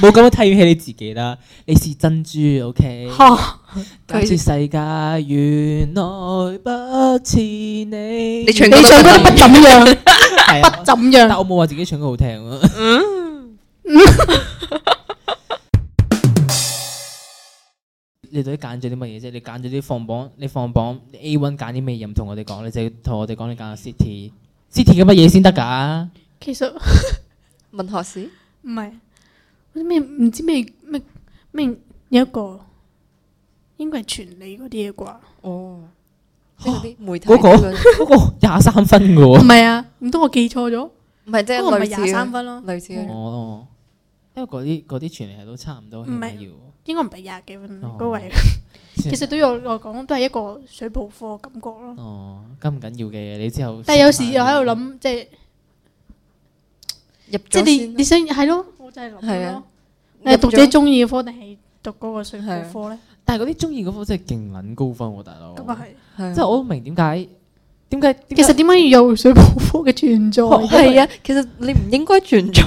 [SPEAKER 3] 冇咁樣睇起你自己啦，你是珍珠，OK？
[SPEAKER 2] 嚇，
[SPEAKER 3] 假設世界原來不似你，
[SPEAKER 1] 你唱
[SPEAKER 2] 你唱歌都不怎樣，
[SPEAKER 3] 係
[SPEAKER 2] 不
[SPEAKER 3] 啊，
[SPEAKER 2] 怎
[SPEAKER 3] 但
[SPEAKER 2] 樣。
[SPEAKER 3] 我冇話自己唱歌好 聽啊。你到底揀咗啲乜嘢啫？你揀咗啲放榜，你放榜 A one 揀啲咩嘢唔同我哋講，你就要同我哋講你揀 City City 嘅乜嘢先得㗎？
[SPEAKER 2] 其實
[SPEAKER 1] 文學史
[SPEAKER 2] 唔係，嗰啲咩唔知咩咩咩有一個應該係傳理嗰啲嘢啩？
[SPEAKER 1] 哦，即係嗰啲媒體
[SPEAKER 3] 嗰個
[SPEAKER 1] 嗰個
[SPEAKER 3] 嗰個廿三分嘅
[SPEAKER 2] 唔
[SPEAKER 3] 喎。
[SPEAKER 2] 係啊，唔通我記錯咗？
[SPEAKER 1] 唔哦係即係
[SPEAKER 2] 嗰個唔係
[SPEAKER 1] 類似啊
[SPEAKER 2] 廿三
[SPEAKER 1] 嘅
[SPEAKER 2] 分咯，
[SPEAKER 1] 類似嘅
[SPEAKER 3] 哦，因為嗰啲嗰啲全嚟都差唔多，起
[SPEAKER 2] 唔係
[SPEAKER 3] 碼要。
[SPEAKER 2] 應該唔係廿幾分
[SPEAKER 3] 哦
[SPEAKER 2] 嗰位。其
[SPEAKER 3] 其
[SPEAKER 2] 實對我嚟講都係一個水泡科嘅感覺咯。
[SPEAKER 3] 哦，緊唔緊要嘅？你之後
[SPEAKER 2] 但係有時又喺度，諗，即係
[SPEAKER 1] 入
[SPEAKER 2] 即係
[SPEAKER 1] 咗
[SPEAKER 2] 你
[SPEAKER 1] 先啊
[SPEAKER 2] 你想係咯，我就係
[SPEAKER 1] 係
[SPEAKER 2] 諗
[SPEAKER 1] 啊
[SPEAKER 2] 咯。你係讀自己
[SPEAKER 1] 入咗
[SPEAKER 2] 中意嘅科定係讀嗰個水泡
[SPEAKER 1] 係啊哦
[SPEAKER 2] 科咧？
[SPEAKER 3] 但係嗰啲中意嗰科真係勁撚高分喎，大佬。
[SPEAKER 2] 咁啊係。
[SPEAKER 1] 係
[SPEAKER 3] 即係我都唔明點解點解
[SPEAKER 2] 其實點解要有水泡科嘅 存在？
[SPEAKER 1] 係啊，其實你唔應該存在。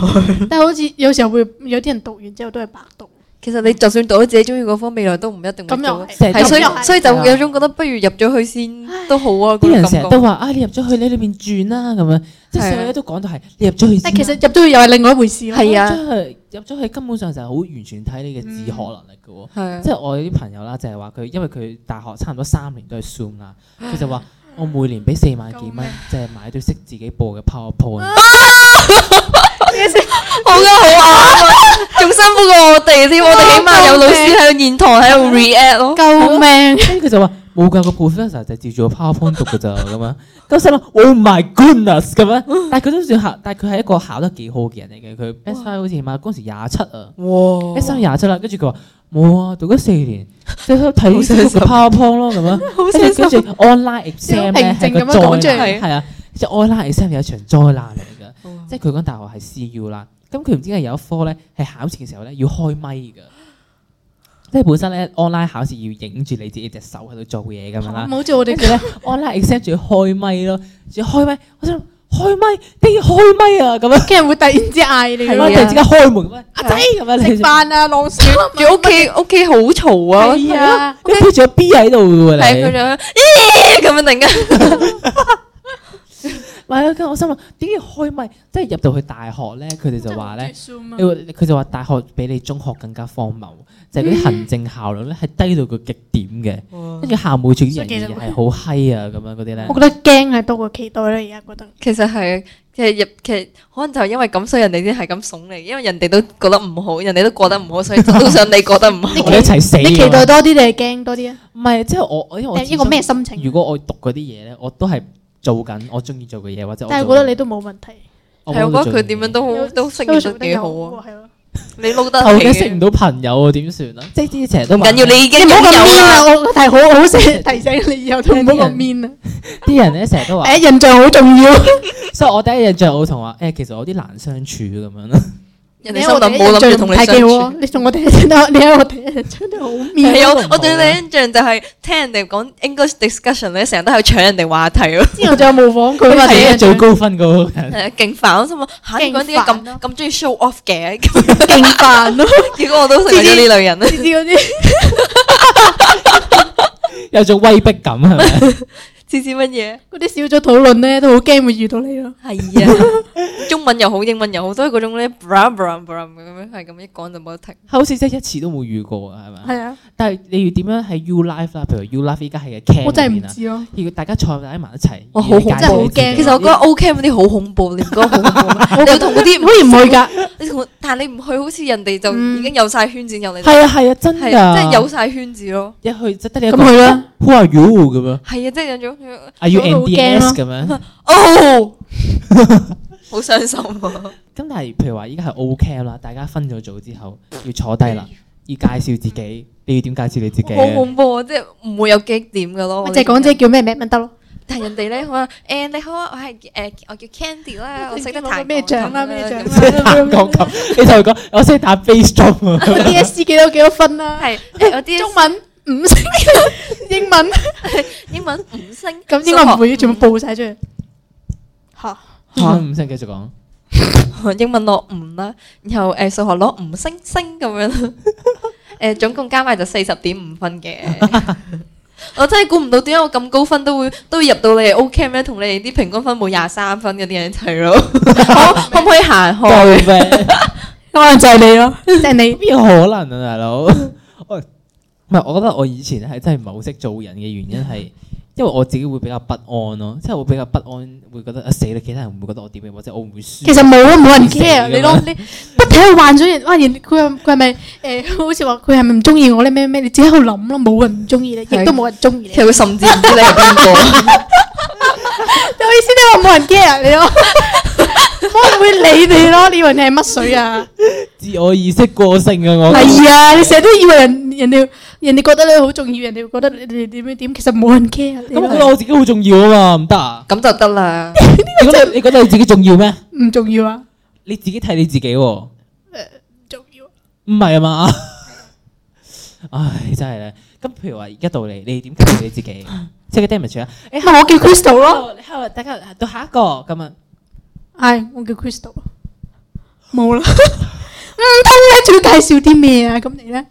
[SPEAKER 2] 但係好似有時候會有啲人讀完之後都係白讀。
[SPEAKER 1] 其實你就算讀到自己中意嗰科，未來都唔一定會
[SPEAKER 2] 咁又
[SPEAKER 1] 做。
[SPEAKER 2] 係，
[SPEAKER 3] 成
[SPEAKER 1] 係，所
[SPEAKER 2] 咁
[SPEAKER 3] 日
[SPEAKER 2] 又係
[SPEAKER 1] 以所以嗯就會有種覺得不如入咗去先都好啊，
[SPEAKER 3] 啲
[SPEAKER 1] 嗰
[SPEAKER 3] 人
[SPEAKER 1] 種
[SPEAKER 3] 成
[SPEAKER 1] 感
[SPEAKER 3] 日都
[SPEAKER 1] 覺。
[SPEAKER 3] 話啊，你入咗去你裏邊轉啦咁樣，即係
[SPEAKER 1] 係啊
[SPEAKER 3] 所有嘢都講到係你入咗去先啦。
[SPEAKER 2] 但其實入咗去又係另外一回事咯。
[SPEAKER 1] 係啊
[SPEAKER 3] 入咗去入咗去根本上就係好完全睇你嘅自學能力嘅喎。
[SPEAKER 1] 係啊
[SPEAKER 3] 即係我有啲朋友啦，就係話佢因為佢大學差唔多三年都係 Zoom 啦，佢就話我每年俾四萬幾
[SPEAKER 2] 救命
[SPEAKER 3] 蚊，即係買對識自己報嘅 PowerPoint。
[SPEAKER 1] 好嘅，好 啊，仲辛苦過我哋添，我哋起碼有老師喺度現堂喺度 react 咯。
[SPEAKER 2] 救命！
[SPEAKER 3] 跟住佢就話冇㗎，個 professor 就照住個 PowerPoint 讀㗎咋咁樣。咁心諗 Oh my goodness 咁樣，但係佢都算考，但係佢係一個考得幾好嘅人嚟嘅。佢 S I 好似嘛嗰陣時廿七啊，
[SPEAKER 1] 哇
[SPEAKER 3] 一三廿七啦。跟住佢話冇啊，讀咗四年，即係睇呢個 PowerPoint 咯咁樣。跟住跟住 online exam 咧係
[SPEAKER 2] 平靜
[SPEAKER 3] 個
[SPEAKER 2] 咁樣講出
[SPEAKER 3] 災
[SPEAKER 1] 嚟
[SPEAKER 3] 難，係啊，即係 online exam 有一場災難嚟㗎。即係佢講大學係 CU 啦，咁佢唔知點解有一科咧係考試嘅時候咧要開咪㗎，即係本身咧 online 考試要影住你自己隻手喺度做嘢咁樣啦
[SPEAKER 2] 唔，好似我哋
[SPEAKER 3] 跟住咧 online exam 仲要開咪咯，仲要開咪，我想開咪，你要開咪啊！咁樣，
[SPEAKER 2] 嘅人會突然之嗌你
[SPEAKER 1] 係
[SPEAKER 3] 突
[SPEAKER 1] 啊
[SPEAKER 2] 咯，
[SPEAKER 3] 然之間開門咁樣，阿
[SPEAKER 1] 係
[SPEAKER 3] 仔咁樣你
[SPEAKER 2] 食
[SPEAKER 3] 就，
[SPEAKER 2] 飯啊，晾衫啊，
[SPEAKER 1] 住屋企屋企好嘈啊，
[SPEAKER 2] 係啊，
[SPEAKER 3] 你貼住個 B 喺度嘅
[SPEAKER 1] 係
[SPEAKER 3] 喎
[SPEAKER 1] 佢
[SPEAKER 3] 你。
[SPEAKER 1] 就咁樣突然間，
[SPEAKER 3] 唔係啊，跟住我心諗點解要開咪？即係入到去大學咧，佢哋就話咧。
[SPEAKER 2] Zoom 啊，
[SPEAKER 3] 你會佢就話大學比你中學更加荒謬，就係嗰啲行政效率咧係低到個極點嘅，跟住校務處啲
[SPEAKER 2] 所以其實
[SPEAKER 3] 人員係好閪啊咁樣嗰啲咧
[SPEAKER 2] 我。覺得驚係多過期待啦，而家覺得。
[SPEAKER 1] 其實係其實入其實可能就係因為咁，所以人哋先係咁慫你，因為人哋都覺得唔好，人哋都過得唔好，所以都想你過得唔好。
[SPEAKER 3] 我哋一齊死㗎嘛！啊
[SPEAKER 2] 你期待多啲定係驚多啲啊？
[SPEAKER 3] 唔係，即係我我因為我
[SPEAKER 2] 定係一個咩心
[SPEAKER 3] 始終如
[SPEAKER 2] 情？
[SPEAKER 3] 果我讀嗰啲嘢咧，我都係做緊我中意做嘅嘢，或者
[SPEAKER 2] 但係
[SPEAKER 3] 係
[SPEAKER 2] 我覺得你都冇問題，
[SPEAKER 1] 係我覺得佢點樣
[SPEAKER 3] 都
[SPEAKER 1] 都好都適應得幾好啊！，
[SPEAKER 2] 係咯。
[SPEAKER 1] 你撈得
[SPEAKER 3] 後
[SPEAKER 1] 起
[SPEAKER 3] 尾識唔到朋友啊，點算啊？即係之前都
[SPEAKER 1] 唔
[SPEAKER 3] 話
[SPEAKER 1] 緊要，你已
[SPEAKER 2] 你
[SPEAKER 1] 經
[SPEAKER 2] 唔好咁
[SPEAKER 1] 擁
[SPEAKER 2] mean
[SPEAKER 1] 有啦。
[SPEAKER 2] 啊！我提好好醒提醒你以後都唔好咁 mean 啊！
[SPEAKER 3] 啲人咧成日都話，
[SPEAKER 2] 第一印象好重要。
[SPEAKER 3] 所以我第一印象我同話誒，其實我啲難相處咁樣啦。
[SPEAKER 1] 人哋心諗冇諗住同你相處。
[SPEAKER 2] 你同我第一印象，你喺我第一印象都好面。
[SPEAKER 1] 係我
[SPEAKER 3] 好
[SPEAKER 1] 我對你印象就係聽人哋講 English discussion 咧，成日都係搶人哋話題咯，
[SPEAKER 2] 之後就有模仿佢嘛？
[SPEAKER 3] 係最高分嗰個人，
[SPEAKER 1] 係啊勁煩。我心諗嚇，
[SPEAKER 2] 勁
[SPEAKER 1] 點解點解
[SPEAKER 2] 煩
[SPEAKER 1] 咁
[SPEAKER 2] 咯
[SPEAKER 1] 咁中意 show off 嘅？ 咁
[SPEAKER 2] 勁煩咯，
[SPEAKER 1] 結果我都成為咗呢類人啦。
[SPEAKER 2] 呢啲嗰啲
[SPEAKER 3] 有種威逼感係咪？
[SPEAKER 1] 知知乜嘢？
[SPEAKER 2] 嗰啲小組討論咧，都好驚會遇到你咯。
[SPEAKER 1] 係啊，中文又好，英文又好，都係嗰種咧 bra bra bra 咁樣，係咁一講就冇得停。
[SPEAKER 3] 好似真係一次都冇遇過啊，係咪？
[SPEAKER 2] 係啊，
[SPEAKER 3] 但係你要點樣喺 U Life 啦，譬如 U Life 依家係嘅 camp
[SPEAKER 2] 我真
[SPEAKER 3] 入
[SPEAKER 2] 係
[SPEAKER 3] 面
[SPEAKER 2] 唔
[SPEAKER 3] 啊，
[SPEAKER 2] 知咯。
[SPEAKER 3] 要大家坐喺埋一齊，
[SPEAKER 1] 哇好恐怖
[SPEAKER 3] 要介紹你自
[SPEAKER 2] 真係好驚
[SPEAKER 3] 己
[SPEAKER 1] 其實我覺得 O K 嗰啲好恐怖，你唔覺得好 恐怖咩？
[SPEAKER 2] 我
[SPEAKER 1] 你要同嗰啲
[SPEAKER 2] 好似唔去㗎，
[SPEAKER 1] 你同，但係你唔去，好似人哋就
[SPEAKER 2] 嗯
[SPEAKER 1] 已經有晒圈子，有你
[SPEAKER 3] 係啊係啊，真㗎，
[SPEAKER 1] 係啊即係有晒圈子咯。
[SPEAKER 3] 一去就得你一個
[SPEAKER 2] 咁去啦。
[SPEAKER 3] Who are you 咁
[SPEAKER 1] 係啊，
[SPEAKER 3] 樣
[SPEAKER 1] 即係有 種
[SPEAKER 3] ？Are you
[SPEAKER 2] 嗰度好驚
[SPEAKER 3] NDS
[SPEAKER 2] 咯
[SPEAKER 3] 咁樣？
[SPEAKER 1] 哦，好傷心啊！
[SPEAKER 3] 咁但係譬如話依家係 O K 啦，大家分咗組之後要坐低啦，要介紹自己，你要點介紹你自己
[SPEAKER 1] 好
[SPEAKER 3] 咧？
[SPEAKER 1] 恐怖啊！即係唔會有激點嘅咯。
[SPEAKER 2] 咪就係講自己叫咩名咪得咯。
[SPEAKER 1] 但係人哋咧，佢話誒你好啊，我係誒我叫 Candy 啦，我識得彈
[SPEAKER 2] 咩獎啦，
[SPEAKER 1] 鋼
[SPEAKER 2] 咩獎
[SPEAKER 1] 琴
[SPEAKER 3] 即係彈
[SPEAKER 2] 啦
[SPEAKER 3] 鋼琴，你就會講我識打 bass drum 啊！
[SPEAKER 2] 我 DSE 幾多幾多分啦？
[SPEAKER 1] 係誒我啲
[SPEAKER 2] 中文 五星，英文
[SPEAKER 1] 英文五星，
[SPEAKER 2] 咁應該唔會全部報晒出去。嚇！
[SPEAKER 3] 嚇唔識繼續講，
[SPEAKER 1] 數學五英文攞五啦，然後誒數學攞五星星咁 樣啦，誒總共加埋就四十點五分嘅。我真係估唔到點解我咁高分都會都會入到你哋 O K 咩？同你哋啲平均分冇廿三分嗰啲人一齊咯，可可唔可以行開？
[SPEAKER 3] 夠咩？
[SPEAKER 2] 可能就係你咯，即係你。
[SPEAKER 3] 邊有可能啊，大佬？ 我唔係，我覺得我以前係真係唔係好識做人嘅原因係，因為我自己會比較不安咯，即係我比較不安，會覺得啊死啦，其他人會唔會覺得我點樣，或者我會唔會輸？
[SPEAKER 2] 其實冇啊，冇人 care
[SPEAKER 3] 死㗎
[SPEAKER 2] 你咯
[SPEAKER 3] 嘛，
[SPEAKER 2] 你不停去幻想人，哇！人佢係佢係咪誒？好似話佢係咪唔中意我咧？咩咩？你自己喺度諗咯，冇人唔中意你，
[SPEAKER 1] 係
[SPEAKER 2] 亦都冇人中意你。
[SPEAKER 1] 其
[SPEAKER 2] 就
[SPEAKER 1] 實佢甚至唔知你係邊個，
[SPEAKER 2] 意思你話冇人 care 你咯，冇人會理你咯。你以為你係乜水啊？
[SPEAKER 3] 自我意識過剩啊！我
[SPEAKER 2] 係啊，你成日都以為人人哋人哋覺得你好重要，人哋會覺得你哋點樣點，其實冇人 care 你
[SPEAKER 3] 咁我
[SPEAKER 2] 咯
[SPEAKER 3] 覺得我自己好重要啊嘛，唔得啊！
[SPEAKER 1] 咁就得啦。
[SPEAKER 3] 你覺得你覺得你自己重要咩？
[SPEAKER 2] 唔重要啊，
[SPEAKER 3] 你自己睇你自己喎。
[SPEAKER 2] 唔重要。
[SPEAKER 3] 唔係啊嘛， 唉，真係咧。咁譬如話而家到你，你點解決你自 己？即係個 damage 啊！誒，
[SPEAKER 2] 咪我叫 Crystal 咯，
[SPEAKER 3] hello，hello，大家到下一個咁啊，
[SPEAKER 2] 係我叫 Crystal，冇啦。 Ừ, 唔通咧，仲要介紹啲咩啊？咁你咧？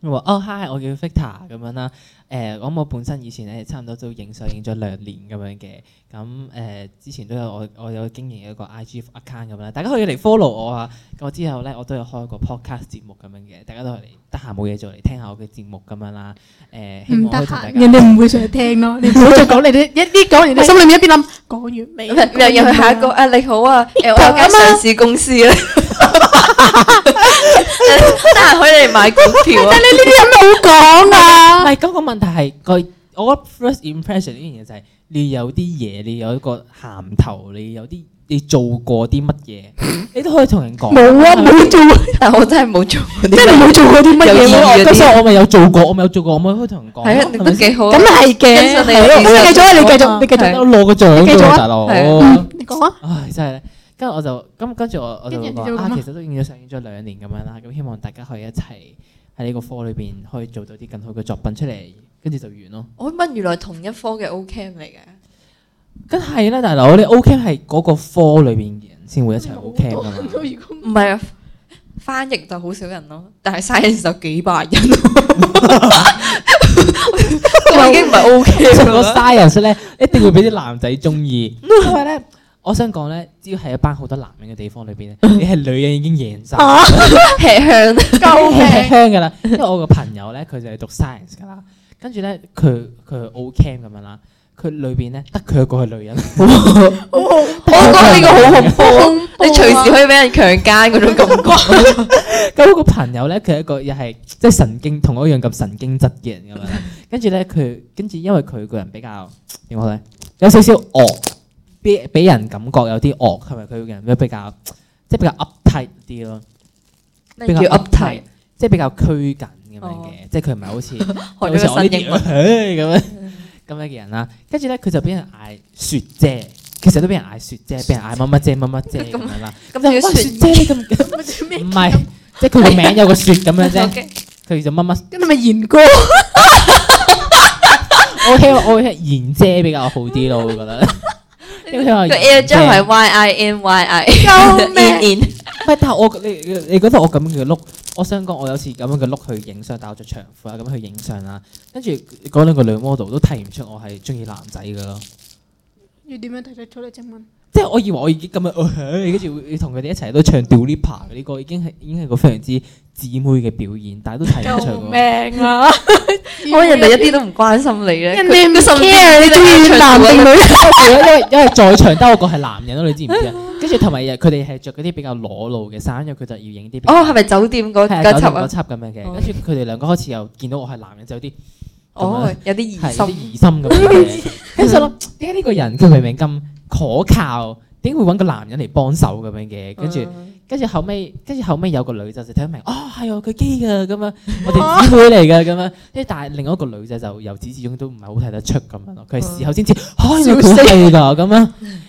[SPEAKER 3] 我話哦，hi，我叫 Victor 咁樣啦。誒，咁我本身以前咧差唔多都影相影咗兩年咁樣嘅。咁誒之前都有我我有經營一個 IG account 咁啦，大家可以嚟 follow 我啊。咁我之後咧我都有開個 podcast 節目咁樣嘅，大家都係嚟得閒冇嘢做嚟聽下我嘅節目咁樣啦。誒，希
[SPEAKER 2] 唔嗯得
[SPEAKER 3] 望可以同大
[SPEAKER 2] 閒，
[SPEAKER 3] 家
[SPEAKER 2] 人哋唔會上去聽咯。你唔好再講你啲一啲講完，你心裏面一邊諗講完 未？
[SPEAKER 1] 又又去下一個啊！你好啊，誒，我有間上市公司咧，得閒可以嚟買股票啊
[SPEAKER 2] 但！你呢啲有咩好講
[SPEAKER 3] 唔
[SPEAKER 2] 啊？
[SPEAKER 3] 係，咁個問題係個我覺得 first impression 呢樣嘢就係你有啲嘢，你有一個鹹頭，你有啲你做過啲乜嘢，你都可以同人講。
[SPEAKER 2] 冇啊，冇做，
[SPEAKER 1] 但我真係冇做嗰
[SPEAKER 2] 即係你
[SPEAKER 1] 啲，
[SPEAKER 2] 冇做過啲乜
[SPEAKER 1] 有
[SPEAKER 2] 嘢
[SPEAKER 1] 意
[SPEAKER 2] 咯
[SPEAKER 1] 義。嗰啲
[SPEAKER 3] 咁所以我咪有做過，我咪有做過，我咪可以同人講。
[SPEAKER 1] 係啊，你都幾好啊
[SPEAKER 2] 咁！係
[SPEAKER 1] 欣
[SPEAKER 2] 嘅，
[SPEAKER 1] 賞你
[SPEAKER 2] 係咯
[SPEAKER 1] 有
[SPEAKER 2] 咁你繼續啊，你繼續，你繼
[SPEAKER 1] 係
[SPEAKER 2] 續，
[SPEAKER 3] 我攞個獎
[SPEAKER 2] 你繼
[SPEAKER 3] 㗎
[SPEAKER 2] 續
[SPEAKER 3] 喎，
[SPEAKER 2] 啊
[SPEAKER 3] 大佬。
[SPEAKER 1] 係
[SPEAKER 2] 嗯你講啊。
[SPEAKER 3] 唉，真係咧。跟住我就咁，跟住我我就會
[SPEAKER 2] 跟住你就
[SPEAKER 3] 話
[SPEAKER 2] 會
[SPEAKER 3] 啊
[SPEAKER 2] 咁，啊
[SPEAKER 3] 其實都影咗相影咗兩年咁樣啦。咁希望大家可以一齊喺呢個科裏邊可以做到啲更好嘅作品出嚟，跟住就完咯。
[SPEAKER 1] 我乜原來同一科嘅 O Cam 嚟嘅，
[SPEAKER 3] 梗係啦，大佬，你 O K 係嗰個科裏邊嘅人先會一齊 O K 噶嘛。
[SPEAKER 2] 都如果
[SPEAKER 1] 唔係啊，翻譯就好少人咯，但係 science 就幾百人，我已經唔係 O
[SPEAKER 3] 其
[SPEAKER 1] K
[SPEAKER 3] 實個
[SPEAKER 1] 啦。
[SPEAKER 3] science 咧，一定會俾啲男仔中意，因為咧，我想講咧，只要係一班好多男人嘅地方裏邊咧，你係女人已經贏晒，
[SPEAKER 1] 吃香
[SPEAKER 2] 救
[SPEAKER 3] 係
[SPEAKER 2] 命！
[SPEAKER 3] 香噶啦。因為我個朋友咧，佢就係讀 science 噶啦，跟住咧，佢佢 O cam 咁樣啦，佢裏邊咧得佢一個係女 人，
[SPEAKER 1] 我覺得呢個好恐怖啊，
[SPEAKER 2] 恐怖啊
[SPEAKER 1] 你隨時可以俾人強姦嗰種感覺。
[SPEAKER 3] 咁我個朋友咧，佢係一個又係即係神經同我一樣咁神經質嘅人咁樣啦。跟住咧，佢跟住因為佢個人比較點講咧，有少少惡，俾俾人感覺有啲惡，係咪？佢個人都比較即係比較 uptight 啲咯，比
[SPEAKER 1] 咩叫 uptight？
[SPEAKER 3] 即係比較拘謹咁樣
[SPEAKER 1] 哦
[SPEAKER 3] 嘅，即係佢唔係好似。
[SPEAKER 1] 學
[SPEAKER 3] 好似
[SPEAKER 1] 咗
[SPEAKER 3] 我
[SPEAKER 1] 個
[SPEAKER 3] 呢
[SPEAKER 1] 新
[SPEAKER 3] 啲
[SPEAKER 1] 英文，
[SPEAKER 3] 唉咁樣咁樣嘅人啦。跟住咧，佢就俾人嗌雪姐，其實都俾人嗌雪姐，俾人嗌乜乜姐乜乜姐咁樣啦。
[SPEAKER 1] 咁你要
[SPEAKER 3] 哇
[SPEAKER 1] 雪
[SPEAKER 3] 雪姐你咁唔係，即係佢個名有個雪咁樣啫。
[SPEAKER 1] 啫。
[SPEAKER 3] 佢就乜乜
[SPEAKER 2] 跟住咪賢哥，
[SPEAKER 3] 我希望我希望賢姐比較好啲咯，我會覺得。因為佢話
[SPEAKER 1] 個 air
[SPEAKER 3] 賢姐
[SPEAKER 1] jump 係 Y I N Y I，
[SPEAKER 2] 救命！
[SPEAKER 1] 年
[SPEAKER 3] 喂，但係我你你你覺得我咁樣嘅 look，我想講我有次咁樣嘅 look 去影相，但我着長褲啊咁樣去影相啦，跟住嗰兩個女 model 都睇唔出我係中意男仔嘅咯。
[SPEAKER 2] 要點樣睇得出咧？請問
[SPEAKER 3] 即係我以為我已經咁樣， 呃跟住會同佢哋一齊都唱 d u l i p a 呢個已經係已經係個非常之姊妹嘅表演，但係都睇 唔出喎。
[SPEAKER 2] 命啊！
[SPEAKER 1] 我人哋一啲都唔關心你咧，
[SPEAKER 2] 人哋唔
[SPEAKER 1] 佢甚至
[SPEAKER 2] care 你中意男定女，
[SPEAKER 3] 因為因為在場得我個係男人咯，你知唔知啊？跟住同埋佢哋係着嗰啲比較裸露嘅衫，因為佢就要影啲比較
[SPEAKER 1] 哦，係咪酒店嗰
[SPEAKER 3] 係啊
[SPEAKER 1] 嗰
[SPEAKER 3] 九
[SPEAKER 1] 輯
[SPEAKER 3] 輯嗰
[SPEAKER 1] 啊？
[SPEAKER 3] 輯咁樣嘅。
[SPEAKER 1] 哦
[SPEAKER 3] 跟住佢哋兩個開始又見到我係男人，就有啲
[SPEAKER 1] 哦，有啲疑
[SPEAKER 3] 係有啲
[SPEAKER 1] 心。
[SPEAKER 3] 疑心咁樣 嘅。跟住我諗點解呢個人佢明明咁可靠，點解會揾個男人嚟幫手咁樣嘅？跟住。跟住後尾，跟住後尾有個女仔就睇得明，哦係喎，佢基㗎咁樣， 哦我哋姊妹嚟㗎咁樣。跟住但係另一個女仔就由始至終都唔係好睇得出咁樣咯，佢係事後先知，哦嗯原來佢係㗎咁樣。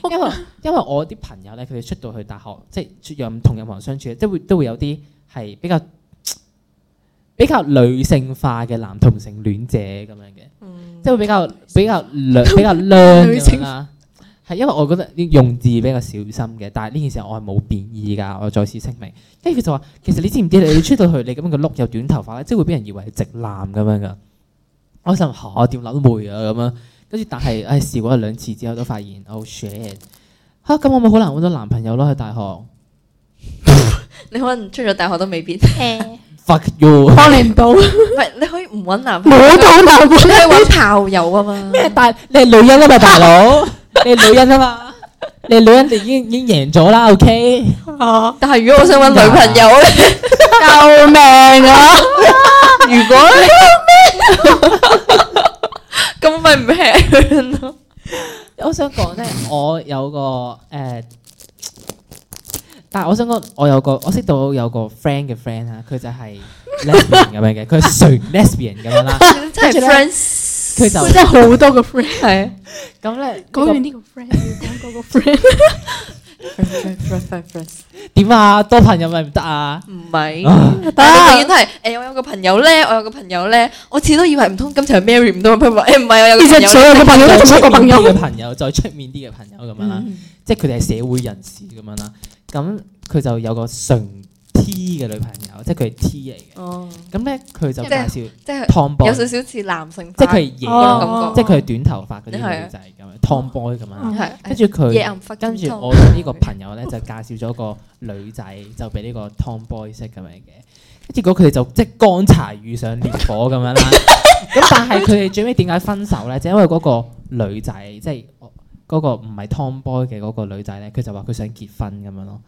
[SPEAKER 3] 因為因為我啲朋友咧，佢哋出到去大學，即係任同任何人相處，即係會都會有啲係比較比較女性化嘅男同性戀者咁樣嘅，
[SPEAKER 2] 嗯
[SPEAKER 3] 即係會比較比較娘比較娘
[SPEAKER 2] 女
[SPEAKER 3] 咁樣
[SPEAKER 2] 性
[SPEAKER 3] 啦。係因為我覺得啲用字比較小心嘅，但係呢件事我係冇貶義㗎，我再次聲明。跟住佢就話：其實你知唔知你出到去你咁樣嘅碌又短頭髮咧，即係會俾人以為係直男咁樣㗎。我心諗嚇我點諗都會啊咁樣，跟住但係唉試過一兩次之後都發現，oh shit 嚇咁我咪好難揾到男朋友咯喺大學
[SPEAKER 1] 你可能出咗大學都未 必，
[SPEAKER 3] ，fuck you！
[SPEAKER 2] 幫你唔到，
[SPEAKER 1] 唔係你可以唔揾男朋友，
[SPEAKER 2] 冇到男
[SPEAKER 1] 你
[SPEAKER 2] 伴
[SPEAKER 1] 去揾炮友啊嘛。
[SPEAKER 3] 咩大？你係女人啊嘛，大佬，你係女人啊嘛，你係女人，你已經已經贏咗啦，OK？
[SPEAKER 2] 啊！
[SPEAKER 1] 但係如果我想揾女朋友咧，
[SPEAKER 2] 救命啊！
[SPEAKER 1] 如果咧，咁咪唔 吃香咯。
[SPEAKER 3] 我想講咧，我有個誒、呃但係我想講，我有個我識到有個 friend 嘅 friend 啊，佢就係 lesbian 咁樣嘅，佢係純 lesbian 咁樣啦，
[SPEAKER 1] 真係
[SPEAKER 3] 跟住咧
[SPEAKER 1] friends，
[SPEAKER 3] 佢
[SPEAKER 2] 佢
[SPEAKER 3] 就
[SPEAKER 2] 真係好多個 friend。
[SPEAKER 1] 係
[SPEAKER 3] 咁咧呢個
[SPEAKER 2] 講完呢個 friend，要講嗰個 friend，
[SPEAKER 1] friends friends friends friends。
[SPEAKER 3] 點啊？多朋友咪唔得啊？
[SPEAKER 1] 唔係，
[SPEAKER 3] 啊
[SPEAKER 1] 但係永遠都係誒，我有個朋友咧，我有個朋友咧，我次都以為唔通今次係 Mary 唔到，佢話誒唔係，我有個
[SPEAKER 2] 其
[SPEAKER 1] 朋
[SPEAKER 2] 實所
[SPEAKER 1] 友
[SPEAKER 2] 有嘅朋友都仲有一個朋友
[SPEAKER 3] 再出面啲。嘅朋友，再出面啲嘅朋友咁樣啦，即係佢哋係社會人士咁樣啦。咁佢就有個純 T 嘅女朋友，即係佢係 T 嚟嘅。
[SPEAKER 1] 哦，
[SPEAKER 3] 咁咧佢就
[SPEAKER 1] 即
[SPEAKER 3] 介
[SPEAKER 1] 係
[SPEAKER 3] 紹
[SPEAKER 1] 即係
[SPEAKER 3] Tomboy，
[SPEAKER 1] 有
[SPEAKER 3] 即
[SPEAKER 1] 少少似男性化，
[SPEAKER 3] 係佢係
[SPEAKER 1] 嘅
[SPEAKER 3] 嘢，
[SPEAKER 1] 感
[SPEAKER 2] 哦
[SPEAKER 1] 覺，
[SPEAKER 3] 即係佢係短頭髮嗰
[SPEAKER 1] 哦
[SPEAKER 3] 啲女仔咁樣，Tomboy 咁樣。
[SPEAKER 2] 嗯
[SPEAKER 1] 係
[SPEAKER 3] 跟住
[SPEAKER 1] 夜
[SPEAKER 3] 佢，
[SPEAKER 1] 暗忽
[SPEAKER 3] 跟住我呢個朋友咧就介紹咗個女仔，就俾呢個 Tomboy 識咁樣嘅。結果佢哋就即係乾柴遇上烈火咁樣啦。咁但係佢哋最尾點解分手咧？就因為嗰個女仔，即係嗰個唔係 Tomboy 嘅嗰個女仔咧，佢就話佢想結婚咁樣咯。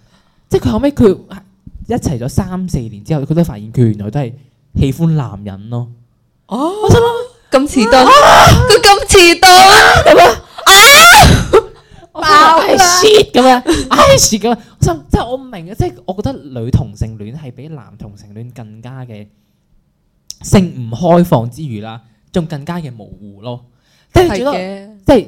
[SPEAKER 3] 即係佢後尾佢一齊咗三四年之後，佢都發現佢原來都係喜歡男人咯。
[SPEAKER 1] 哦，咁遲到，佢咁遲到，
[SPEAKER 3] 我心諗唉 shit 咁樣，唉 shit 咁樣，我心諗即係我唔明嘅，即係我覺得女同性戀係比男同性戀更加嘅性唔開放之餘啦，仲更加嘅模糊咯。即
[SPEAKER 1] 係
[SPEAKER 3] 係最多即
[SPEAKER 1] 嘅，
[SPEAKER 3] 係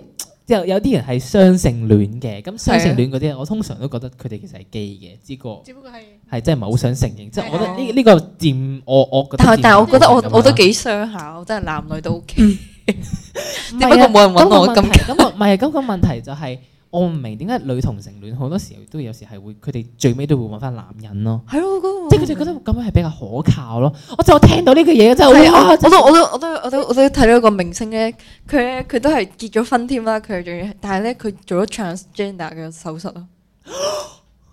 [SPEAKER 3] 有有啲人係雙性戀嘅，咁雙性戀嗰啲，我通常都覺得佢哋其實係基嘅，只過
[SPEAKER 2] 只不過係
[SPEAKER 3] 係真係唔係好想承認。即係我覺得
[SPEAKER 1] 係
[SPEAKER 3] 呢呢個佔我我覺得佔
[SPEAKER 1] 但係但係我覺得
[SPEAKER 3] 我
[SPEAKER 1] 我
[SPEAKER 3] 咁樣
[SPEAKER 1] 我都
[SPEAKER 3] 啦
[SPEAKER 1] 幾傷下，我真係男女都 OK，
[SPEAKER 3] 啊
[SPEAKER 1] 只不過冇人揾我
[SPEAKER 3] 咁
[SPEAKER 1] 咁。
[SPEAKER 3] 咁啊我唔係咁個問題就係我唔明點解女同性戀好多時候都有時係會佢哋最尾都會揾翻男人咯，
[SPEAKER 1] 係咯，嗰個
[SPEAKER 3] 即係佢哋覺得咁樣係比較可靠咯。我就聽到呢個嘢真係
[SPEAKER 1] 係
[SPEAKER 3] 好
[SPEAKER 1] 啊！
[SPEAKER 3] 啊
[SPEAKER 1] 我！都我都我都我都我都睇到一個明星咧，佢咧佢都係結咗婚添啦，佢仲要，但係咧佢做咗 transgender 嘅手術咯，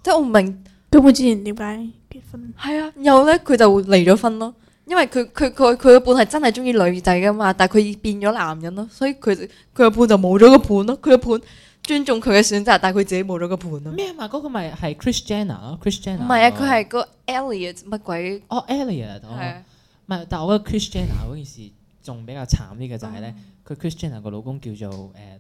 [SPEAKER 1] 即係我唔明，
[SPEAKER 2] 咁佢之前點解結婚？
[SPEAKER 1] 係啊，然後咧佢就離咗婚咯，因為佢佢佢佢個伴係真係中意女仔噶嘛，但係佢變咗男人咯，所以佢佢個伴就冇咗個伴咯，佢個伴尊重佢嘅選擇，但係佢自己冇咗個伴咯。
[SPEAKER 3] 咩啊嘛？嗰個咪係 Chris Jenner 咯，Chris Jenner
[SPEAKER 1] 唔係啊，佢係個 Elliot 乜鬼
[SPEAKER 3] 哦 Elliot 哦
[SPEAKER 1] 係啊
[SPEAKER 3] 唔係，但係我覺得 Chris Jenner 嗰件事仲比較慘啲嘅就係
[SPEAKER 1] 嗯
[SPEAKER 3] 咧，佢 Chris Jenner 個老公叫做誒、呃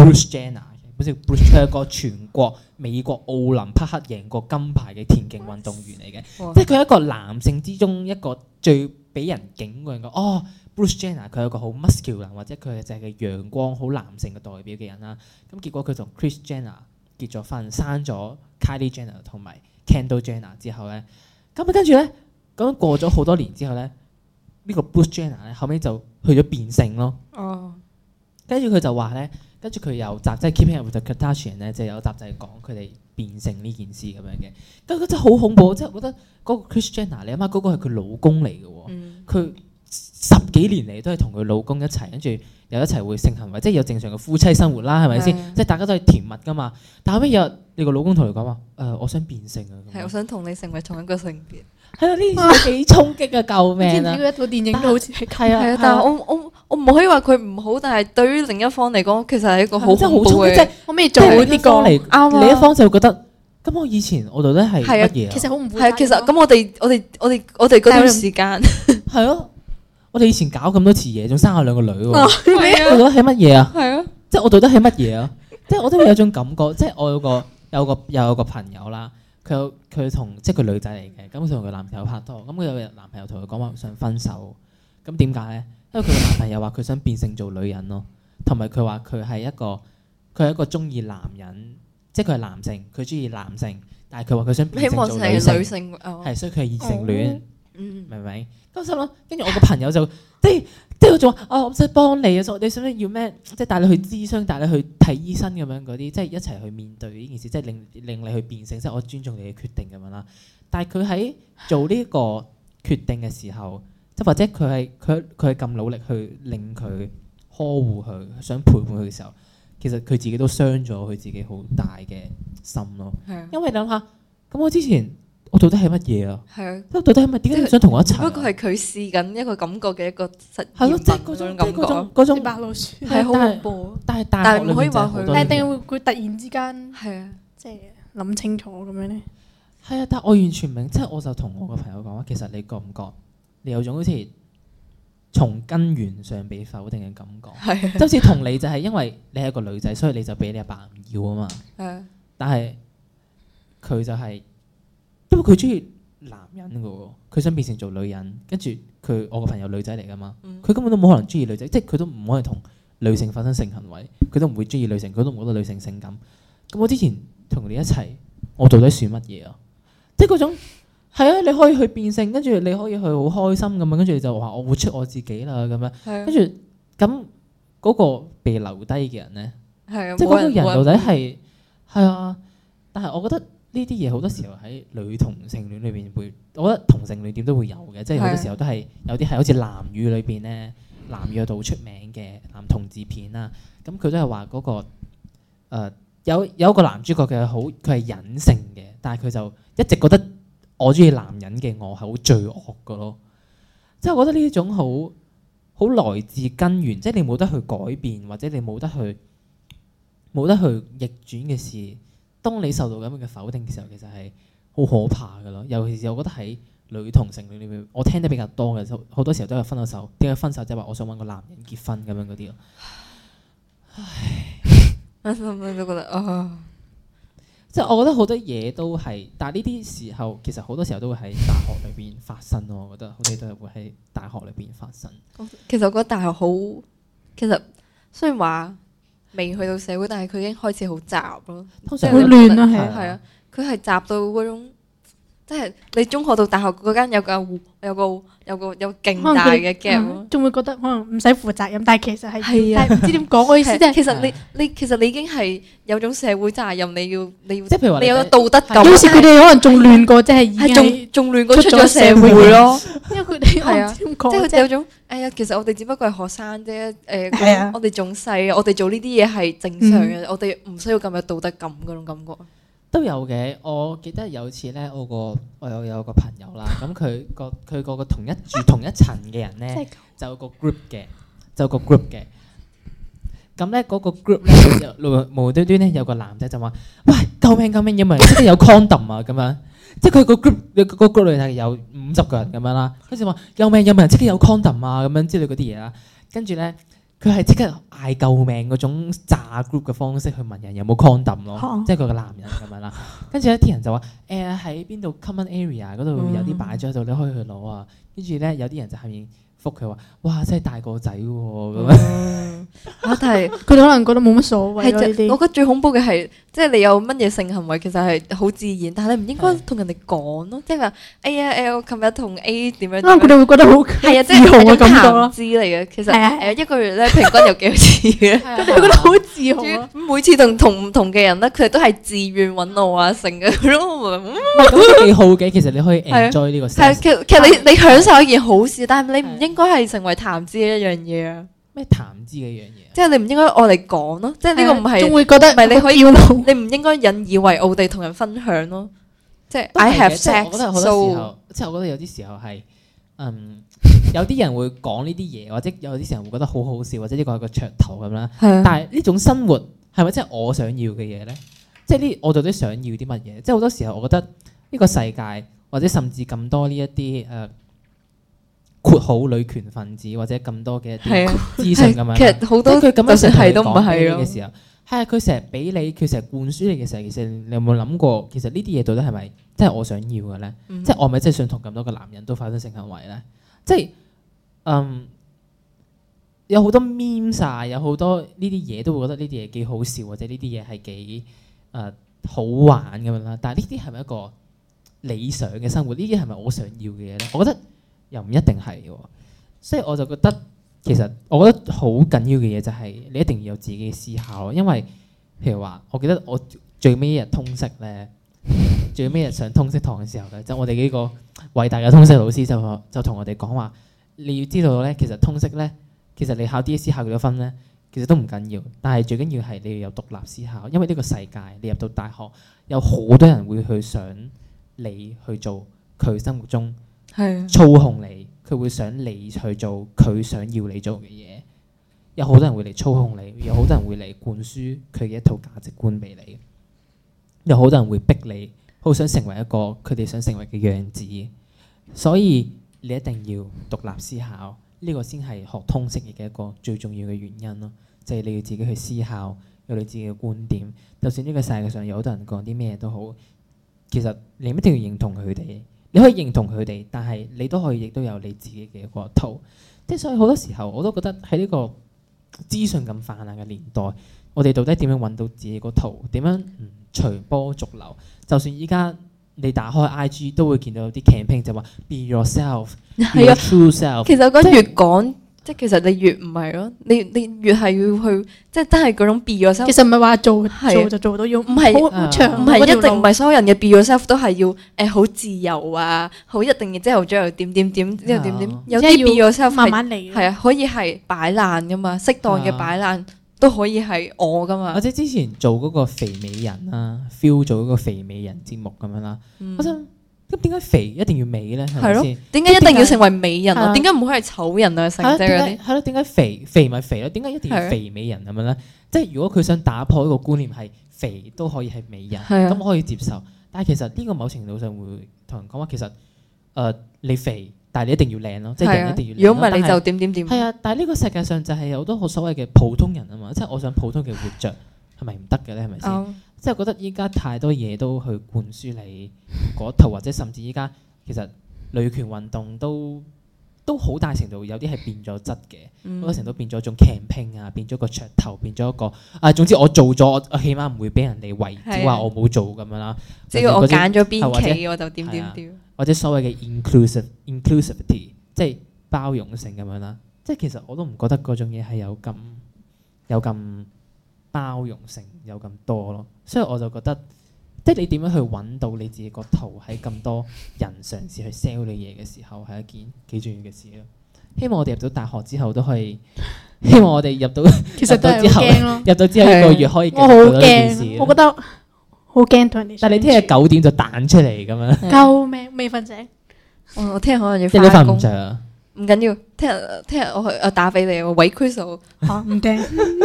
[SPEAKER 3] Bruce Jenner，好似 Bruce 佢係個全國美國奧林匹克贏過金牌嘅田徑運動員嚟嘅，
[SPEAKER 1] 哇
[SPEAKER 3] 即係佢係一個男性之中一個最俾人景仰嘅哦。Bruce Jenner 佢係一個好 muscular 或者佢就係個陽光好男性嘅代表嘅人啦。咁結果佢同 Chris Jenner 結咗婚，生咗 Kylie Jenner 同埋 Kendall Jenner 之後咧，咁啊跟住咧，咁過咗好多年之後咧，呢、個 Bruce Jenner 咧後尾就去咗變性咯。
[SPEAKER 1] 哦，
[SPEAKER 3] 跟住佢就話咧，跟住佢有集即係 Keeping Up with the Kardashian 咧，就有集就係講佢哋變性呢件事咁樣嘅。咁佢真係好恐怖，即係我覺得嗰個 Chris Jenner 你諗下嗰個係佢老公嚟嘅喎，
[SPEAKER 1] 嗯，
[SPEAKER 3] 佢十幾年嚟都係同佢老公一齊，跟住又一齊會性行為，即係有正常嘅夫妻生活啦，係咪
[SPEAKER 1] 係啊
[SPEAKER 3] 先？即係大家都係甜蜜噶嘛。但後尾有你個老公同你講話，誒、我想變性啊，咁
[SPEAKER 1] 嗯係我
[SPEAKER 3] 樣
[SPEAKER 1] 想同你成為同一個性別。
[SPEAKER 3] 係啊，呢件事幾衝擊啊，救
[SPEAKER 2] 你知唔
[SPEAKER 3] 命
[SPEAKER 2] 知
[SPEAKER 3] 啊！
[SPEAKER 2] 佢一套電影都好似係
[SPEAKER 3] 係
[SPEAKER 1] 係啊
[SPEAKER 3] 啊，，
[SPEAKER 1] 但係我我我唔可以話佢唔好，但係對於另一方嚟講，其實係一個好
[SPEAKER 3] 真係
[SPEAKER 1] 恐
[SPEAKER 3] 好衝
[SPEAKER 1] 怖
[SPEAKER 3] 擊，
[SPEAKER 1] 嘅
[SPEAKER 3] 即係。
[SPEAKER 2] 可唔可以
[SPEAKER 3] 即
[SPEAKER 2] 做
[SPEAKER 3] 係
[SPEAKER 2] 呢
[SPEAKER 3] 呢
[SPEAKER 2] 個
[SPEAKER 3] 個？嚟，
[SPEAKER 1] 啱啊
[SPEAKER 3] 另一方就會覺得，咁我以前我到底係
[SPEAKER 1] 係啊
[SPEAKER 3] 乜嘢
[SPEAKER 2] 其實
[SPEAKER 3] 啊？
[SPEAKER 2] 好唔負責
[SPEAKER 1] 係啊，其實咁我哋我哋我哋我哋嗰段時間
[SPEAKER 3] 係咯，我哋以前搞咁多次嘢，仲生下兩個女喎，
[SPEAKER 1] 啊
[SPEAKER 3] 我到底係乜嘢啊？
[SPEAKER 1] 係啊，
[SPEAKER 3] 即係我到底係乜嘢啊？即係我都會有種感覺，即係我有個有個又有個朋友啦，佢有佢同即係佢女仔嚟嘅，咁佢同佢男朋友拍拖，咁佢有日男朋友同佢講話想分手，咁點解咧？因為佢男朋友話佢想變性做女人咯，同埋佢話佢係一個佢係一個中意男人，即係佢係男性，佢中意男性，但係佢話佢想變
[SPEAKER 1] 希
[SPEAKER 3] 性
[SPEAKER 1] 望
[SPEAKER 3] 做女
[SPEAKER 1] 係女
[SPEAKER 3] 性，
[SPEAKER 1] 性哦，
[SPEAKER 3] 係所以佢係異性戀。
[SPEAKER 1] 嗯，
[SPEAKER 3] 明唔明？咁心諗，跟住我個朋友就即係即係佢仲話：哦，我想幫你啊，所以你想唔想要咩？即係帶你去諮詢，帶你去睇醫生咁樣嗰啲，即係一齊去面對呢件事，即係令令你去變性，即係我尊重你嘅決定咁樣啦。但係佢喺做呢個決定嘅時候，即係或者佢係佢佢係咁努力去令佢呵護佢，想陪伴佢嘅時候，其實佢自己都傷咗佢自己好大嘅心咯。
[SPEAKER 1] 係啊
[SPEAKER 3] 因為諗下，咁我之前我到底係乜嘢啊？
[SPEAKER 1] 係啊，
[SPEAKER 3] 到底係咪點解你想同我一
[SPEAKER 1] 只
[SPEAKER 3] 齊啊？
[SPEAKER 1] 不過係佢試緊一個感覺嘅一個實
[SPEAKER 3] 係
[SPEAKER 1] 驗
[SPEAKER 3] 咯，即係嗰
[SPEAKER 1] 品種
[SPEAKER 3] 種即係
[SPEAKER 1] 感
[SPEAKER 3] 嗰種
[SPEAKER 1] 覺，
[SPEAKER 3] 嗰
[SPEAKER 2] 白
[SPEAKER 3] 種，
[SPEAKER 2] 老鼠，
[SPEAKER 1] 係好
[SPEAKER 3] 但係
[SPEAKER 1] 恐怖，
[SPEAKER 3] 但係大
[SPEAKER 1] 但
[SPEAKER 3] 學
[SPEAKER 1] 係
[SPEAKER 3] 裏
[SPEAKER 1] 唔可以
[SPEAKER 3] 面就係
[SPEAKER 1] 話
[SPEAKER 3] 好
[SPEAKER 1] 佢
[SPEAKER 2] 但
[SPEAKER 3] 多呢
[SPEAKER 2] 係
[SPEAKER 3] 啲
[SPEAKER 2] 定
[SPEAKER 3] 嘢。
[SPEAKER 2] 會佢突然之間
[SPEAKER 1] 係啊，
[SPEAKER 2] 即係諗清楚咁樣咧？
[SPEAKER 3] 係啊，但係我完全明，即係我就同我個朋友講話，其實你覺唔覺你有種好似嗯從根源上被否定嘅感覺，
[SPEAKER 1] 係啊
[SPEAKER 3] 即係好似同你就係因為你係一個女仔，所以你就俾你阿爸唔要啊嘛。
[SPEAKER 1] 係啊，
[SPEAKER 3] 但係佢就係、因為佢中意男人嘅喎，佢想變成做女人，跟住佢我個朋友女仔嚟噶嘛，
[SPEAKER 1] 嗯
[SPEAKER 3] 佢根本都冇可能中意女仔，即係佢都唔可能同女性發生性行為，佢都唔會中意女性，佢都唔覺得女性性感。咁我之前同你一齊，我到底算乜嘢啊？即係嗰種係啊，你可以去變性，跟住你可以去好開心咁樣，跟住你就話我活出我自己啦咁樣，
[SPEAKER 1] 係啊
[SPEAKER 3] 跟，住咁嗰個被留低嘅人呢。
[SPEAKER 1] 係啊，
[SPEAKER 3] 即係
[SPEAKER 1] 冇
[SPEAKER 3] 嗰個人
[SPEAKER 1] 冇
[SPEAKER 3] 到底係係啊，但係我覺得呢啲嘢好多時候喺女同性戀裏邊會，我覺得同性戀點都會有嘅，即係好
[SPEAKER 1] 係啊
[SPEAKER 3] 多時候都係有啲係好似男語裏邊咧，男語度出名嘅男同志片啦，咁佢都係話嗰個、呃、有有一個男主角佢係好佢係隱性嘅，但係佢就一直覺得我中意男人嘅我係好罪惡嘅咯，即係我覺得呢種好。好來自根源，即係你冇得去改變，或者你冇得去冇得去逆轉嘅事。當你受到咁樣嘅否定嘅時候，其實係好可怕嘅咯。尤其是我覺得喺女同性戀裏面，我聽得比較多嘅，好多時候都係分咗手，點解分手即係話我想揾個男人結婚咁樣嗰啲咯。
[SPEAKER 1] 我心裏都覺得啊，
[SPEAKER 3] 即係我覺得好多嘢都係，但係呢啲時候其實好多時候都會喺大學裏邊發生咯。我覺得好似都係會喺大學裏邊發生。
[SPEAKER 1] 其實我覺得大學好，其實雖然話未去到社會，但係佢已經開始好雜咯。
[SPEAKER 3] 通
[SPEAKER 1] 即係
[SPEAKER 3] 常
[SPEAKER 2] 好
[SPEAKER 1] 你
[SPEAKER 2] 亂啊
[SPEAKER 1] 覺得
[SPEAKER 2] 係啊
[SPEAKER 1] 係啊，佢係集到嗰種即係你中學到大學嗰間有個有個有個有勁
[SPEAKER 2] 可能
[SPEAKER 1] 大
[SPEAKER 2] 佢
[SPEAKER 1] 嘅
[SPEAKER 2] 哋
[SPEAKER 1] gap 咯
[SPEAKER 2] 嗯。仲會覺得可能唔使負責任，但係其實係
[SPEAKER 1] 係啊
[SPEAKER 2] 但係唔知點講，我意思即係
[SPEAKER 1] 其實你
[SPEAKER 3] 係啊
[SPEAKER 1] 你其實你已經係有種社會責任，你要你要
[SPEAKER 3] 即係譬如話
[SPEAKER 1] 你有個
[SPEAKER 3] 第
[SPEAKER 1] 道德感，
[SPEAKER 2] 有時佢哋可能仲亂過，即係已
[SPEAKER 1] 係
[SPEAKER 2] 經
[SPEAKER 1] 仲仲亂過
[SPEAKER 2] 出
[SPEAKER 1] 出咗
[SPEAKER 2] 咗社
[SPEAKER 1] 社
[SPEAKER 2] 會
[SPEAKER 1] 會咯，
[SPEAKER 2] 因為佢哋
[SPEAKER 1] 係啊
[SPEAKER 2] 我唔知點
[SPEAKER 1] 即係佢
[SPEAKER 2] 講
[SPEAKER 1] 哋有
[SPEAKER 2] 啫，
[SPEAKER 1] 種哎呀，其實我哋只不過係學生啫，
[SPEAKER 2] 係
[SPEAKER 1] 誒
[SPEAKER 2] 啊，
[SPEAKER 1] 我哋仲細，我哋做呢啲嘢係正常嘅，我哋唔需要咁有道德感嗰種感覺。
[SPEAKER 3] 都有嘅，我記得有次咧，我個我有有個朋友啦，咁佢個佢個個同一住同一層嘅人
[SPEAKER 2] 即係
[SPEAKER 3] 咧，就有個 group 嘅，就有個 group 嘅。咁咧嗰個 group 咧就無無端端咧有 個男仔就話：，喂，救命救命！有冇人識 得有 condom 啊？咁樣，即係佢個 group 有個 group 裏頭有五十個人咁樣啦，跟住話：救命有冇人識得有 condom 啊？咁樣之類嗰啲嘢啦，跟住咧佢係即刻嗌救命嗰種炸 group 嘅方式去問人有冇 condom 咯
[SPEAKER 2] 嚇，
[SPEAKER 3] 即係佢個男人咁樣啦。跟住咧啲人就話：誒喺邊度 common area 嗰度有啲擺咗喺度，你可以去攞啊。跟住咧有啲人就下面覆佢話：，哇，真係大個仔喎咁
[SPEAKER 1] Ừ. 嗯
[SPEAKER 3] 樣。
[SPEAKER 1] 啊，但係
[SPEAKER 2] 佢哋可能覺得冇乜所謂咯呢
[SPEAKER 1] 係就我
[SPEAKER 2] 啲。
[SPEAKER 1] 覺得最恐怖嘅係，即係你有乜嘢性行為其實係好自然，但係你唔應該同人哋講咯，即係話哎呀誒，我琴日同 A 點樣點
[SPEAKER 2] 可能
[SPEAKER 1] 樣
[SPEAKER 2] 佢。哋會覺得好
[SPEAKER 1] 係啊，即
[SPEAKER 2] 自
[SPEAKER 1] 係
[SPEAKER 2] 豪
[SPEAKER 1] 一
[SPEAKER 2] 嘅
[SPEAKER 1] 種
[SPEAKER 2] 感覺
[SPEAKER 1] 談
[SPEAKER 2] 咯，
[SPEAKER 1] 資嚟嘅。其實
[SPEAKER 2] 係啊係啊
[SPEAKER 1] 誒一個月咧平均有幾多次 嘅？
[SPEAKER 2] 佢哋會覺得好自豪啊。
[SPEAKER 1] 咁 每次同同唔同嘅人咧，佢哋都係自願揾我啊，成嘅咯。嗯
[SPEAKER 3] 唔係咁都幾好嘅，其實你可以
[SPEAKER 1] 係啊
[SPEAKER 3] enjoy 呢個
[SPEAKER 1] 係啊
[SPEAKER 3] sex
[SPEAKER 1] 其實其實你你享受一件好事，但係你唔應該係成為談資嘅一樣嘢啊！
[SPEAKER 3] 咩談資嘅樣嘢。
[SPEAKER 1] 即係你唔應該愛嚟講咯，即係呢個唔
[SPEAKER 2] 仲
[SPEAKER 1] 係
[SPEAKER 2] 會覺得
[SPEAKER 1] 唔係你可以
[SPEAKER 2] 要
[SPEAKER 1] 你唔應該引以為傲地同人分享咯。即係
[SPEAKER 3] 都係
[SPEAKER 1] I
[SPEAKER 3] 嘅
[SPEAKER 1] have
[SPEAKER 3] 即係我覺得
[SPEAKER 1] sex
[SPEAKER 3] 好多時
[SPEAKER 1] so
[SPEAKER 3] 候，即係我覺得有啲時候係，嗯，有啲人會講呢啲嘢，或者有啲時候會覺得好好笑，或者呢個係個噱頭咁啦。
[SPEAKER 1] 係啊，
[SPEAKER 3] 但係呢種生活係咪真係我想要嘅嘢咧？即係呢，我到底想要啲乜嘢？即係好多時候，我覺得呢個世界或者甚至咁多呢一啲誒括號女權分子，或者咁多嘅一
[SPEAKER 1] 係
[SPEAKER 3] 啲
[SPEAKER 1] 啊
[SPEAKER 3] 資
[SPEAKER 1] 其
[SPEAKER 3] 訊咁樣啦。
[SPEAKER 1] 實好多
[SPEAKER 3] 即係佢咁
[SPEAKER 1] 就
[SPEAKER 3] 樣
[SPEAKER 1] 算
[SPEAKER 3] 成日
[SPEAKER 1] 係
[SPEAKER 3] 同
[SPEAKER 1] 都
[SPEAKER 3] 你
[SPEAKER 1] 唔
[SPEAKER 3] 講呢
[SPEAKER 1] 係
[SPEAKER 3] 啲
[SPEAKER 1] 咯
[SPEAKER 3] 嘅。時候，係啊佢成日俾你，佢成日灌輸你嘅時候，其實你有冇諗過，其實呢啲嘢到底係咪真係我想要嘅咧？
[SPEAKER 1] 嗯
[SPEAKER 3] 即係我咪真係想同咁多個男人都發生性行為咧？即係嗯，有好多 meme 晒，有好多呢啲嘢都會覺得呢啲嘢幾好笑，或者呢啲嘢係幾誒好玩咁樣啦。但係呢啲係咪一個理想嘅生活？呢啲係咪我想要嘅嘢咧？我覺得又唔一定係嘅喎，所以我就覺得。其實我覺得好緊要嘅嘢就係你一定要有自己嘅思考咯，因為譬如話，我記得我最尾一日通識咧，最尾一日上通識堂嘅時候咧，就我哋幾個偉大嘅通識老師就就同我哋講話，你要知道咧，其實通識咧，其實你考 DSE 考幾多分咧，其實都唔緊要，但係最緊要係你要有獨立思考，因為呢個世界你入到大學有好多人會去想你去做佢心目中。
[SPEAKER 1] 係啊，
[SPEAKER 3] 操控你，佢會想你去做佢想要你做嘅嘢。有好多人會嚟操控你，有好多人會嚟灌輸佢嘅一套價值觀俾你，有好多人會逼你，好想成為一個佢哋想成為嘅樣子。所以你一定要獨立思考，呢、個先係學通識嘅一個最重要嘅原因咯。就係、你要自己去思考，有你自己嘅觀點。就算呢個世界上有好多人講啲咩都好，其實你唔一定要認同佢哋。你可以認同佢哋，但係你都可以亦都有你自己嘅一個套。即係所以好多時候我都覺得喺呢個資訊咁泛濫嘅年代，我哋到底點樣揾到自己個套？點樣唔隨波逐流？就算依家你打開 IG 都會見到有啲 campaign 就話 be yourself，be
[SPEAKER 1] 係
[SPEAKER 3] your
[SPEAKER 1] 啊。
[SPEAKER 3] true self。
[SPEAKER 1] 其實我覺得越講，即係其實你越唔係咯，你你越係要去，即係真係嗰種 be yourself
[SPEAKER 2] 其。實唔係話
[SPEAKER 1] 係
[SPEAKER 2] 做
[SPEAKER 1] 啊
[SPEAKER 2] 做就做到要，唔
[SPEAKER 1] 係
[SPEAKER 2] 好好
[SPEAKER 3] 啊
[SPEAKER 2] 長
[SPEAKER 1] 唔
[SPEAKER 2] 嗰
[SPEAKER 1] 係
[SPEAKER 2] 條
[SPEAKER 1] 一定，
[SPEAKER 2] 路
[SPEAKER 1] 唔係所有人嘅 be yourself 都係要誒好自由啊，好一定之後之後點點點之後點點
[SPEAKER 3] 啊，
[SPEAKER 1] 有
[SPEAKER 2] 即係
[SPEAKER 1] 啲
[SPEAKER 2] 要
[SPEAKER 1] be yourself
[SPEAKER 2] 慢
[SPEAKER 1] 係
[SPEAKER 2] 慢嚟。
[SPEAKER 1] 係啊，可以係擺爛噶嘛，適當嘅
[SPEAKER 3] 啊
[SPEAKER 1] 擺爛都可以係我噶嘛
[SPEAKER 3] 或。者之前做嗰個肥美人啦，feel 做嗰個肥美人節目咁樣啦，
[SPEAKER 1] 嗯
[SPEAKER 3] 我想咁點解肥一定要美咧？係咪
[SPEAKER 1] 係咯
[SPEAKER 3] 先？
[SPEAKER 1] 點解一定要成為美人
[SPEAKER 3] 係啊
[SPEAKER 1] 啊？點解唔可以係醜人啊？成
[SPEAKER 3] 係咯，
[SPEAKER 1] 即係
[SPEAKER 3] 點
[SPEAKER 1] 嗰
[SPEAKER 3] 解
[SPEAKER 1] 啲
[SPEAKER 3] 係咯？點解肥肥咪肥咯？點解一定
[SPEAKER 1] 係
[SPEAKER 3] 要
[SPEAKER 1] 啊
[SPEAKER 3] 肥美人咁樣咧？即係如果佢想打破呢個觀念係肥都可以係美人，
[SPEAKER 1] 係啊
[SPEAKER 3] 咁我可以接受。但係其實呢個某程度上會同人講話，其實誒、呃你肥，但係你一定要靚咯，即係
[SPEAKER 1] 係
[SPEAKER 3] 人
[SPEAKER 1] 啊
[SPEAKER 3] 一定要靚。
[SPEAKER 1] 如果唔係你就
[SPEAKER 3] 但係
[SPEAKER 1] 點點點。
[SPEAKER 3] 係啊！但係呢個世界上就係有好多好所謂嘅普通人啊嘛，即係我想普通嘅活着係咪唔得嘅咧？係咪先？
[SPEAKER 1] 啱
[SPEAKER 3] 即係覺得依家太多嘢都去灌輸你嗰套，或者甚至依家其實女權運動都都好大程度有啲係變咗質嘅，
[SPEAKER 5] 嗯
[SPEAKER 3] 好多程度變咗種 camping 啊，變咗個噱頭，變咗一個啊，總之我做咗，我我起碼唔會俾人哋圍
[SPEAKER 1] 係啊
[SPEAKER 3] 剿話我冇做咁樣啦。
[SPEAKER 1] 只要我
[SPEAKER 3] 或者嗰啲
[SPEAKER 1] 揀咗邊
[SPEAKER 3] 係或啊
[SPEAKER 1] 期，我就點點點。
[SPEAKER 3] 或者所謂嘅 inclusive inclusivity，即係包容性咁樣啦。即係其實我都唔覺得嗰種嘢係有咁有咁包容性，有咁多咯。所以我就覺得，即係你點樣去揾到你自己個圖喺咁多人嘗試去 sell 你嘢嘅時候，係一件幾重要嘅事咯。希望我哋入到大學之後都可以， 希望我哋入到
[SPEAKER 2] 其實都係好驚咯。
[SPEAKER 3] 入到之後一個月可以
[SPEAKER 2] 我好
[SPEAKER 3] 繼續做到呢件
[SPEAKER 2] 驚，
[SPEAKER 3] 事
[SPEAKER 2] 我覺得好驚同人哋相處。
[SPEAKER 3] 但你聽日九點就彈出嚟咁樣，
[SPEAKER 2] 救命，未瞓醒。
[SPEAKER 1] 我哦我聽日可能要
[SPEAKER 3] 即係你
[SPEAKER 1] 翻
[SPEAKER 3] 瞓
[SPEAKER 1] 工
[SPEAKER 3] 唔，着啊！
[SPEAKER 1] 唔緊要。聽日聽日我去我打俾你，我委屈數
[SPEAKER 2] 吓唔聽，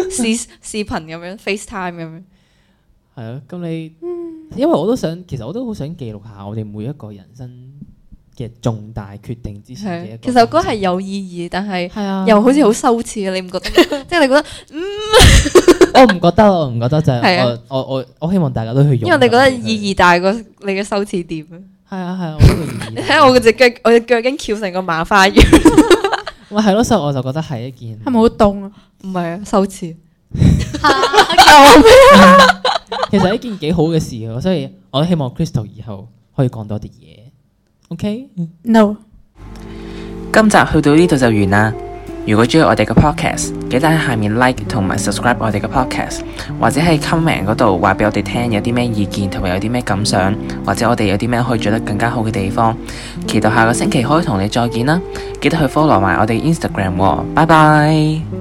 [SPEAKER 1] 視 視頻咁樣 FaceTime 咁樣。
[SPEAKER 3] 係啊，咁你，
[SPEAKER 1] 嗯
[SPEAKER 3] 因為我都想，其實我都好想記錄下我哋每一個人生嘅重大決定之前嘅一
[SPEAKER 1] 係，啊
[SPEAKER 3] 個。
[SPEAKER 1] 其實我覺得係有意義，但係
[SPEAKER 3] 係啊，
[SPEAKER 1] 又好似好羞恥啊！你唔 覺得？即係你覺得，
[SPEAKER 3] 我唔覺得，我唔覺得就
[SPEAKER 1] 係
[SPEAKER 3] 係
[SPEAKER 1] 啊
[SPEAKER 3] 我我我我希望大家都去用，
[SPEAKER 1] 因為你覺得意義大過你嘅羞恥點。
[SPEAKER 3] 係啊係啊，我覺得意義
[SPEAKER 1] 你
[SPEAKER 3] 大。
[SPEAKER 1] 睇我隻腳，我隻腳已經翹成個麻花魚。
[SPEAKER 3] 咪係咯，所以我就覺得係一件
[SPEAKER 2] 係咪好凍啊？
[SPEAKER 1] 唔係啊，羞恥。
[SPEAKER 3] 其實係一件幾好嘅事咯，所以我希望 Crystal 以後可以講多啲嘢。OK，
[SPEAKER 2] No，
[SPEAKER 6] 今集去到呢度就完啦。如果中意我哋嘅 podcast，記得喺下面 like 同埋 subscribe 我哋嘅 podcast，或者喺 comment 嗰度話俾我哋聽有啲咩意見同埋有啲咩感想，或者我哋有啲咩可以做得更加好嘅地方。期待下個星期可以同你再見啦！記得去 follow 埋我哋 Instagram 喎，拜拜。